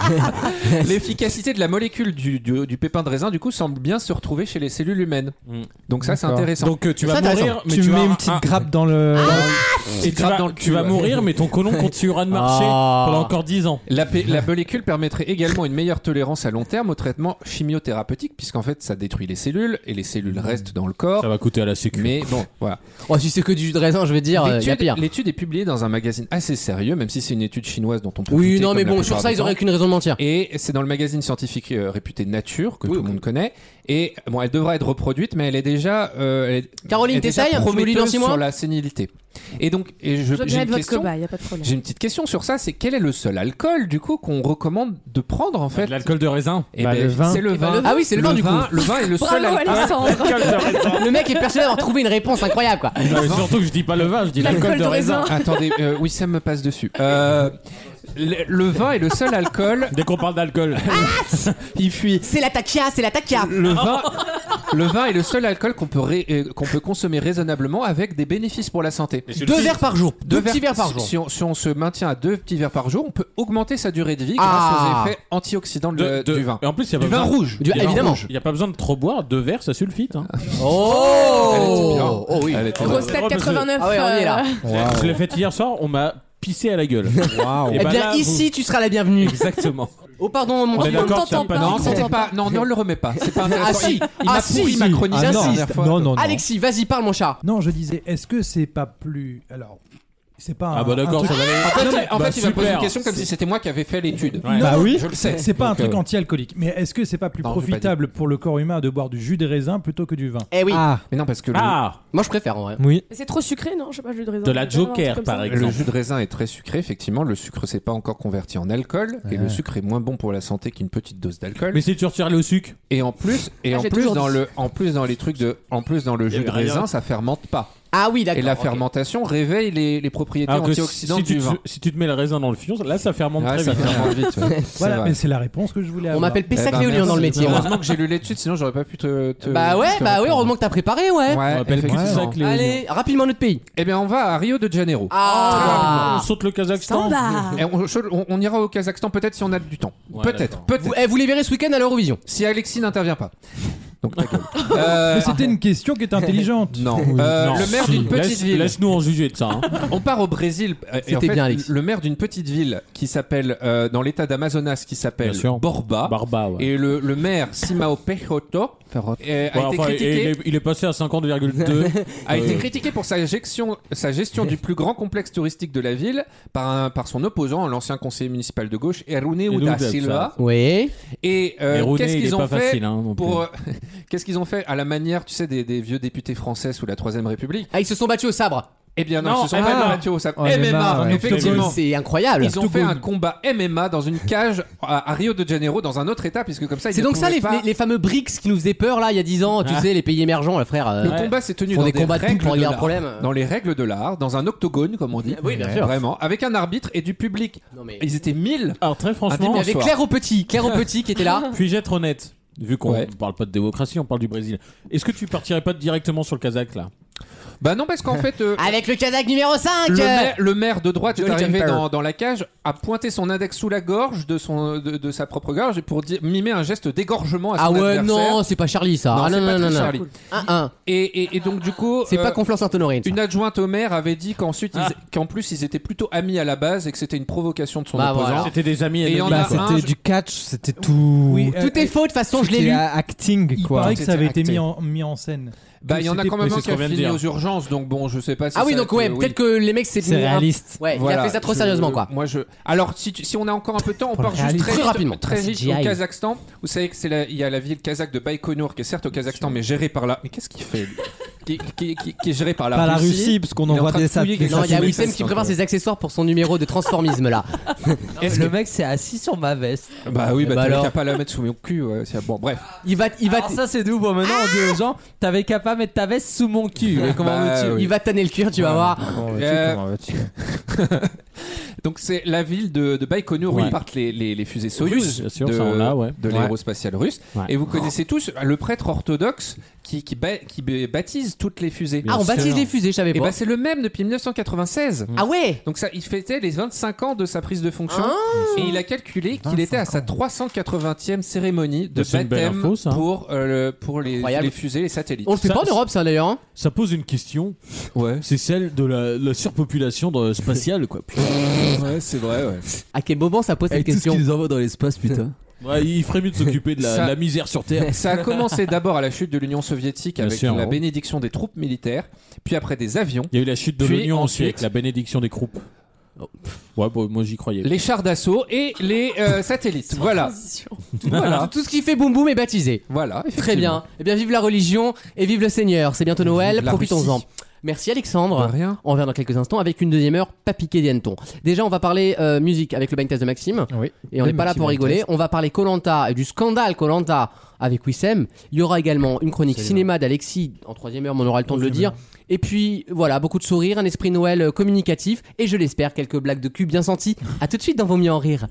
Speaker 8: Incul- L'efficacité de la molécule du, du- du pépin de raisin, du coup, semble bien se retrouver chez les cellules humaines.
Speaker 5: Mm.
Speaker 8: Donc ça, c'est
Speaker 12: D'accord.
Speaker 8: intéressant.
Speaker 5: Donc euh, tu vas
Speaker 2: C'est
Speaker 5: mourir,
Speaker 2: intéressant.
Speaker 5: mais
Speaker 12: tu, mets
Speaker 5: vas-
Speaker 12: une petite
Speaker 5: ah,
Speaker 12: grappe dans le. dans le-
Speaker 5: et tu
Speaker 8: grappe
Speaker 5: vas-
Speaker 8: dans le
Speaker 5: tu
Speaker 8: cul,
Speaker 5: vas
Speaker 8: ouais.
Speaker 5: mourir, mais ton colon continuera de marcher
Speaker 2: Ah.
Speaker 5: pendant encore 10 ans.
Speaker 8: la, pé- la molécule permettrait également une meilleure tolérance à long terme au traitement chimiothérapeutique, puisqu'en fait, ça détruit les cellules et les cellules restent dans le corps.
Speaker 5: Ça va coûter à la sécu.
Speaker 8: Mais bon, voilà.
Speaker 2: Oh, si c'est que du jus de raisin, je veux dire, euh, y a
Speaker 8: L'étude
Speaker 2: pire.
Speaker 8: l'étude est publiée dans un magazine assez sérieux, même si c'est une étude chinoise dont on peut
Speaker 2: Oui,
Speaker 8: douter,
Speaker 2: non,
Speaker 8: comme
Speaker 2: mais
Speaker 8: la
Speaker 2: bon,
Speaker 8: plupart
Speaker 2: sur ça,
Speaker 8: des
Speaker 2: ils auraient
Speaker 8: gens.
Speaker 2: aucune raison de mentir.
Speaker 8: Et c'est dans le magazine scientifique euh, réputé Nature, que tout le monde connaît. Et bon, elle devra être reproduite, mais elle est déjà. euh, elle est-
Speaker 2: Caroline,
Speaker 8: elle est déjà
Speaker 2: t'essayes hein, Tu nous
Speaker 8: prometteuse
Speaker 2: lis dans six mois
Speaker 8: sur la sénilité. Et donc, et je-
Speaker 6: Je veux
Speaker 8: j'ai
Speaker 6: bien
Speaker 8: une
Speaker 6: être votre
Speaker 8: question.
Speaker 6: cobaye, y a pas de problème.
Speaker 8: J'ai une petite question sur ça, c'est quel est le seul alcool du coup qu'on recommande de prendre en fait
Speaker 5: L'alcool Bah, de raisin.
Speaker 8: Eh
Speaker 5: Bah,
Speaker 8: ben,
Speaker 5: le vin.
Speaker 8: C'est le
Speaker 5: Eh ben,
Speaker 8: vin.
Speaker 5: le vin. Ah oui, c'est le vin, du coup.
Speaker 8: Le vin est le seul
Speaker 6: Bravo,
Speaker 8: alcool.
Speaker 6: Alexandre.
Speaker 2: Le mec est persuadé d'avoir trouvé une réponse incroyable quoi.
Speaker 5: Non, mais surtout que je dis pas le vin, je dis l'alcool de raisin.
Speaker 8: Attendez, euh, Wissem me passe dessus. Euh, le, le vin est le seul alcool.
Speaker 5: Dès qu'on parle d'alcool,
Speaker 8: il fuit.
Speaker 2: C'est la taquia, c'est la taquia.
Speaker 8: Le vin, le vin est le seul alcool qu'on peut, ré- euh, qu'on peut consommer raisonnablement avec des bénéfices pour la santé.
Speaker 2: c'est le Deux verres par jour. Deux petits verres par
Speaker 8: si-
Speaker 2: jour.
Speaker 8: Si on, si on se maintient à deux petits verres par jour, on peut augmenter sa durée de vie
Speaker 2: Ah.
Speaker 8: grâce aux effets antioxydants de-
Speaker 5: De- de-
Speaker 8: Euh, du vin.
Speaker 5: Et en plus, il y a
Speaker 8: Du
Speaker 5: pas
Speaker 8: vin
Speaker 5: besoin-
Speaker 8: rouge.
Speaker 5: Du-
Speaker 8: Du vin
Speaker 5: évidemment.
Speaker 8: rouge.
Speaker 5: Il n'y a pas besoin de trop boire. Deux verres, ça sulfite. hein.
Speaker 2: Oh, oh oui.
Speaker 5: Elle était
Speaker 6: Grosse
Speaker 5: bonne.
Speaker 6: tête
Speaker 5: Oh, monsieur.
Speaker 6: 89.
Speaker 2: Ah ouais, on y est là.
Speaker 6: euh,
Speaker 5: Je l'ai fait hier soir, on m'a pissé à la gueule.
Speaker 2: Eh
Speaker 5: ben
Speaker 2: bien
Speaker 5: là,
Speaker 2: ici tu seras la bienvenue.
Speaker 5: Exactement.
Speaker 2: Oh pardon mon
Speaker 5: On est
Speaker 2: Dieu.
Speaker 5: d'accord qu'il y a pas
Speaker 8: Non,
Speaker 5: de-
Speaker 8: c'était pas. Non, non, on le remet pas. C'est pas
Speaker 2: Ah
Speaker 8: intéressant.
Speaker 2: si,
Speaker 8: Il- il
Speaker 2: ah
Speaker 8: m'a
Speaker 2: si,
Speaker 8: pourri ma chronique la
Speaker 2: j'insiste.
Speaker 8: dernière fois.
Speaker 4: Non, non, non.
Speaker 2: Alexis, vas-y parle mon chat.
Speaker 4: Non, je disais, est-ce que c'est pas plus. Alors, c'est pas.
Speaker 5: Ah
Speaker 4: un-
Speaker 5: bah d'accord,
Speaker 4: un
Speaker 5: ça
Speaker 4: truc-
Speaker 5: va aller.
Speaker 8: En fait,
Speaker 5: Non,
Speaker 8: il-
Speaker 5: mais-
Speaker 8: en
Speaker 5: bah,
Speaker 8: fait, il m'a posé
Speaker 5: super.
Speaker 8: une question comme si c'était moi qui avais fait l'étude.
Speaker 5: Ouais.
Speaker 4: Bah oui,
Speaker 8: je le sais.
Speaker 4: C'est pas un
Speaker 8: Donc,
Speaker 4: truc
Speaker 8: euh,
Speaker 4: anti-alcoolique. Mais est-ce que c'est pas plus
Speaker 8: Non, j'ai pas dit.
Speaker 4: profitable pour le corps humain de boire du jus des raisins plutôt que du vin
Speaker 2: Eh oui.
Speaker 12: Ah,
Speaker 8: Mais non, parce que le-
Speaker 5: Ah
Speaker 2: Moi je préfère en vrai.
Speaker 12: oui.
Speaker 6: C'est trop sucré, non Je sais pas, je de raisin.
Speaker 5: De la
Speaker 6: Je vais avoir un truc
Speaker 5: Joker,
Speaker 6: comme ça.
Speaker 5: par
Speaker 8: le
Speaker 5: exemple.
Speaker 8: jus de raisin est très sucré. Effectivement, le sucre c'est pas encore converti en alcool et le sucre est moins bon pour la santé qu'une petite dose d'alcool.
Speaker 5: Mais si tu retires le sucre,
Speaker 8: Et en plus, et
Speaker 6: Ah,
Speaker 8: en
Speaker 6: j'ai
Speaker 8: plus
Speaker 6: toujours
Speaker 8: dans
Speaker 6: dit.
Speaker 8: le, en plus dans les trucs de, en plus dans le jus
Speaker 5: avait
Speaker 8: de
Speaker 5: rien.
Speaker 8: raisin, ça fermente pas.
Speaker 2: Ah oui d'accord.
Speaker 8: Et la
Speaker 2: ok.
Speaker 8: fermentation réveille les, les propriétés
Speaker 5: alors Ah, que si,
Speaker 8: antioxydantes
Speaker 5: si tu,
Speaker 8: du vin.
Speaker 5: si tu te mets le raisin dans le fion, là ça fermente
Speaker 8: Ouais,
Speaker 5: très
Speaker 8: ça
Speaker 5: vite. hein.
Speaker 8: fermente vite. ouais. C'est
Speaker 4: Voilà,
Speaker 8: vrai.
Speaker 4: mais c'est la réponse que je voulais
Speaker 2: On
Speaker 4: avoir.
Speaker 2: m'appelle Pessac
Speaker 8: Eh ben,
Speaker 2: Léolian dans le
Speaker 8: merci.
Speaker 2: métier. moi.
Speaker 8: Heureusement que j'ai lu l'étude, sinon j'aurais pas pu te. te-
Speaker 2: Bah ouais, bah
Speaker 8: te
Speaker 2: oui,
Speaker 8: répondre.
Speaker 2: heureusement que t'as préparé ouais.
Speaker 8: Ouais,
Speaker 5: On appelle
Speaker 8: effectivement.
Speaker 5: Cusac les
Speaker 2: Allez, rapidement notre pays.
Speaker 8: Eh bien, on va à Rio de Janeiro.
Speaker 5: On
Speaker 2: Ah.
Speaker 5: saute le Kazakhstan.
Speaker 6: Standard.
Speaker 8: Et on, je- on- on ira au Kazakhstan peut-être si on a du temps.
Speaker 5: Ouais,
Speaker 8: peut-être,
Speaker 5: d'accord.
Speaker 8: peut-être.
Speaker 2: Vous, eh, vous les verrez ce week-end à l'Eurovision.
Speaker 8: Si Alexis n'intervient pas. Donc ta gueule. Euh,
Speaker 4: Mais c'était une question qui était intelligente.
Speaker 8: Non. Euh,
Speaker 5: Non,
Speaker 8: le maire
Speaker 5: si.
Speaker 8: d'une petite
Speaker 5: Laisse-
Speaker 8: ville.
Speaker 5: Laisse-nous en juger de ça. hein.
Speaker 8: On part au Brésil. euh, et
Speaker 2: C'était
Speaker 8: en fait,
Speaker 2: bien, Alexis.
Speaker 8: Le maire d'une petite ville qui s'appelle, euh, dans l'état d'Amazonas, qui s'appelle
Speaker 5: Bien sûr.
Speaker 8: Borba.
Speaker 5: Barba, ouais.
Speaker 8: Ah. Et le, le maire Simao Peixoto euh, a,
Speaker 5: Ouais,
Speaker 8: été
Speaker 5: enfin, et-
Speaker 8: critiqué,
Speaker 5: il, est, il est passé à 50,2.
Speaker 8: a été
Speaker 5: euh,
Speaker 8: critiqué pour sa gestion, sa gestion du plus grand complexe touristique de la ville par, un- par son opposant, l'ancien conseiller municipal de gauche, Erune
Speaker 5: Erune
Speaker 8: Uda
Speaker 5: Uda
Speaker 8: Silva.
Speaker 2: Oui.
Speaker 8: Et euh,
Speaker 5: Et Rooney,
Speaker 8: qu'est-ce
Speaker 5: il est
Speaker 8: qu'ils ont
Speaker 5: pas
Speaker 8: fait
Speaker 5: facile, hein, non plus.
Speaker 8: pour euh, qu'est-ce qu'ils ont fait à la manière, tu sais, des, des vieux députés français sous la Troisième République
Speaker 2: Ah, ils se sont battus au sabre.
Speaker 8: Eh bien non,
Speaker 5: Non,
Speaker 8: ils se sont
Speaker 5: MMA.
Speaker 8: pas battus au sac.
Speaker 12: Ouais,
Speaker 8: MMA,
Speaker 12: MMA, ouais.
Speaker 8: effectivement.
Speaker 2: C'est incroyable.
Speaker 8: Ils ont fait un combat MMA dans une cage à, à Rio de Janeiro, dans un autre état, puisque comme ça, ils
Speaker 2: C'est
Speaker 8: ne
Speaker 2: donc ça
Speaker 8: pouvaient
Speaker 2: les,
Speaker 8: pas-
Speaker 2: les- les fameux BRICS qui nous faisaient peur là il y a 10 ans, tu sais, les pays émergents, là, frère. euh,
Speaker 8: Le combat s'est tenu
Speaker 2: Font
Speaker 8: dans
Speaker 2: des
Speaker 8: des,
Speaker 2: combats de
Speaker 8: règles
Speaker 2: poule pour régler un
Speaker 8: l'art.
Speaker 2: problème.
Speaker 8: Dans les règles de l'art, dans un octogone, comme on dit.
Speaker 2: Oui, bien sûr.
Speaker 8: Vraiment, avec un arbitre et du public.
Speaker 2: Non, mais...
Speaker 8: Ils étaient 1000
Speaker 5: Alors très
Speaker 2: Il
Speaker 5: franchement,
Speaker 2: y avait
Speaker 8: soir.
Speaker 2: Claire au Petit, Claire au Petit qui était là.
Speaker 5: puis-je être honnête Vu qu'on
Speaker 8: Ouais.
Speaker 5: parle pas de démocratie, on parle du Brésil. Est-ce que tu partirais pas directement sur le Kazakh là
Speaker 8: Bah non, parce qu'en fait, euh,
Speaker 2: Avec le Kazakh numéro 5
Speaker 8: le, maire, le maire de droite est
Speaker 2: Johnny
Speaker 8: arrivé
Speaker 2: Jumper.
Speaker 8: dans, dans la cage, a pointé son index sous la gorge de, son, de, de sa propre gorge et pour dire, mimer un geste d'égorgement à son
Speaker 2: Ah ouais,
Speaker 8: adversaire.
Speaker 2: non, c'est pas Charlie ça.
Speaker 8: Non,
Speaker 2: ah
Speaker 8: c'est
Speaker 2: non,
Speaker 8: pas
Speaker 2: non,
Speaker 8: très
Speaker 2: non, non.
Speaker 8: Charlie.
Speaker 2: 1-1.
Speaker 8: Et, et- et donc du coup,
Speaker 2: C'est pas
Speaker 8: euh,
Speaker 2: conflance Sainte-Honorine. ça. Ah.
Speaker 8: Une adjointe au maire avait dit qu'ensuite, ils- qu'en plus, ils étaient plutôt amis à la base et que c'était une provocation de son
Speaker 2: Bah,
Speaker 8: opposant.
Speaker 2: voilà.
Speaker 5: C'était des amis
Speaker 8: Ah. Et
Speaker 5: ennemis,
Speaker 8: on a
Speaker 12: Bah,
Speaker 5: quoi.
Speaker 8: un-
Speaker 12: c'était du catch, c'était tout.
Speaker 4: Oui, euh,
Speaker 2: Tout est faux, de toute façon, je l'ai
Speaker 12: C'était
Speaker 2: lu.
Speaker 12: acting,
Speaker 4: Il
Speaker 12: quoi.
Speaker 4: paraît que ça avait été
Speaker 8: Acté.
Speaker 4: mis en, mis en scène.
Speaker 8: Bah, il y en a quand même
Speaker 5: Mais
Speaker 8: un
Speaker 5: c'est ce
Speaker 8: qui a
Speaker 5: qu'on vient de
Speaker 8: fini
Speaker 5: dire.
Speaker 8: aux urgences, donc bon, je sais pas si
Speaker 2: Ah oui,
Speaker 8: ça-
Speaker 2: donc ouais,
Speaker 8: euh, oui.
Speaker 2: peut-être que les mecs c'est hein.
Speaker 12: C'est réaliste.
Speaker 2: Ouais, il a
Speaker 8: Voilà,
Speaker 2: fait ça trop
Speaker 8: je-
Speaker 2: sérieusement quoi.
Speaker 8: Moi, je. Alors, si, tu- si on a encore un peu de temps, on
Speaker 12: Pour
Speaker 8: part
Speaker 12: le
Speaker 8: juste
Speaker 12: réalisme.
Speaker 8: très,
Speaker 2: Très
Speaker 8: vite-
Speaker 2: rapidement.
Speaker 8: très
Speaker 12: Ah,
Speaker 8: vite
Speaker 12: CGI.
Speaker 8: au Kazakhstan. Vous savez que c'est la- il y a la ville kazakh de Baïkonour qui est certes au Kazakhstan, mais gérée par la. Mais qu'est-ce qu'il fait lui qui, qui, qui- qui est gérée par la
Speaker 12: Pas la
Speaker 8: Russie.
Speaker 12: Russie, parce qu'on
Speaker 8: Il est en
Speaker 12: envoie
Speaker 8: train de
Speaker 12: des sat-
Speaker 8: fouiller
Speaker 12: des
Speaker 8: quelque
Speaker 2: Non, il y a
Speaker 8: chose.
Speaker 2: Wissem qui prépare ses accessoires pour son numéro de transformisme là.
Speaker 8: Est-ce
Speaker 3: le
Speaker 8: que-
Speaker 3: mec s'est assis sur ma veste.
Speaker 8: Bah oui, bah,
Speaker 2: Eh bah
Speaker 8: t'as
Speaker 2: alors.
Speaker 8: qu'à pas la mettre sous mon cul. ouais, c'est- Bon, bref.
Speaker 2: Il va, il va, Ah
Speaker 3: Alors ça c'est nous bon maintenant on dit aux gens t'avais qu'à pas mettre ta veste sous mon cul mais comment
Speaker 8: Bah,
Speaker 3: veux-tu
Speaker 8: oui.
Speaker 2: il va tanner le cuir, tu vas voir.
Speaker 8: Euh, Donc c'est la ville de, de Baïkonour où
Speaker 5: Ouais.
Speaker 8: ils partent les, les- les fusées
Speaker 5: Russes,
Speaker 8: Soyuz
Speaker 5: bien sûr,
Speaker 8: de,
Speaker 5: ça, on l'a, ouais.
Speaker 8: de l'aérospatiale russe.
Speaker 5: Ouais. Oh.
Speaker 8: Et vous connaissez tous le prêtre orthodoxe qui, qui, ba- qui ba- baptise toutes les fusées.
Speaker 2: Ah, on baptise
Speaker 5: sûr. Mm.
Speaker 2: les fusées, je savais
Speaker 8: Et
Speaker 2: pas.
Speaker 8: bah c'est le même depuis 1996.
Speaker 2: Ah ouais
Speaker 8: Donc ça, il fêtait les 25 ans de sa prise de fonction
Speaker 2: Ah.
Speaker 8: et il a calculé qu'il était à sa 380e cérémonie de
Speaker 5: C'est une belle
Speaker 8: baptême
Speaker 5: info, ça.
Speaker 8: pour, euh, le- pour les,
Speaker 2: Incroyable.
Speaker 8: les fusées, les satellites.
Speaker 2: On le fait
Speaker 5: Ça-
Speaker 2: pas en Europe ça d'ailleurs. hein.
Speaker 5: Ça pose une question.
Speaker 8: Ouais,
Speaker 5: C'est celle de la, la surpopulation de- spatiale quoi. Putain.
Speaker 8: ouais c'est vrai. Ouais.
Speaker 2: À quel moment ça pose cette question
Speaker 3: envoient dans l'espace putain
Speaker 5: Ouais, il ferait mieux de s'occuper de la,
Speaker 8: Ça-
Speaker 5: la misère sur Terre.
Speaker 8: Ça a commencé d'abord à la chute de l'Union soviétique
Speaker 5: Bien
Speaker 8: avec
Speaker 5: sûr,
Speaker 8: la
Speaker 5: hein.
Speaker 8: bénédiction des troupes militaires, puis après des avions.
Speaker 5: Il y a eu la chute de
Speaker 8: Puis
Speaker 5: l'Union aussi
Speaker 8: ensuite-
Speaker 5: avec la bénédiction des croupes. Oh, Ouais, bon, moi j'y croyais.
Speaker 8: Les chars d'assaut et les euh, satellites. voilà.
Speaker 2: Voilà. Tout ce qui fait boum boum est baptisé.
Speaker 8: Voilà.
Speaker 2: Très bien. Eh bien, vive la religion et vive le Seigneur. C'est bientôt Noël,
Speaker 8: Vive la
Speaker 2: profitons-en.
Speaker 8: Russie.
Speaker 2: Merci Alexandre. On revient dans quelques instants avec une deuxième heure pas piqué d'Yanton. Déjà, on va parler euh, musique avec le bank test de Maxime. Et on
Speaker 7: Le
Speaker 2: n'est pas là
Speaker 7: Maxime
Speaker 2: pour
Speaker 7: Bank
Speaker 2: rigoler.
Speaker 7: Test.
Speaker 2: On va parler Colanta et du scandale Colanta avec Wissem. Il y aura également une chronique cinéma d'Alexis en troisième heure, mais on aura le temps de le dire. Et puis voilà, beaucoup de sourires, un esprit Noël euh, communicatif et je l'espère quelques blagues de cul bien senties. À tout de suite dans Vos mieux en rire.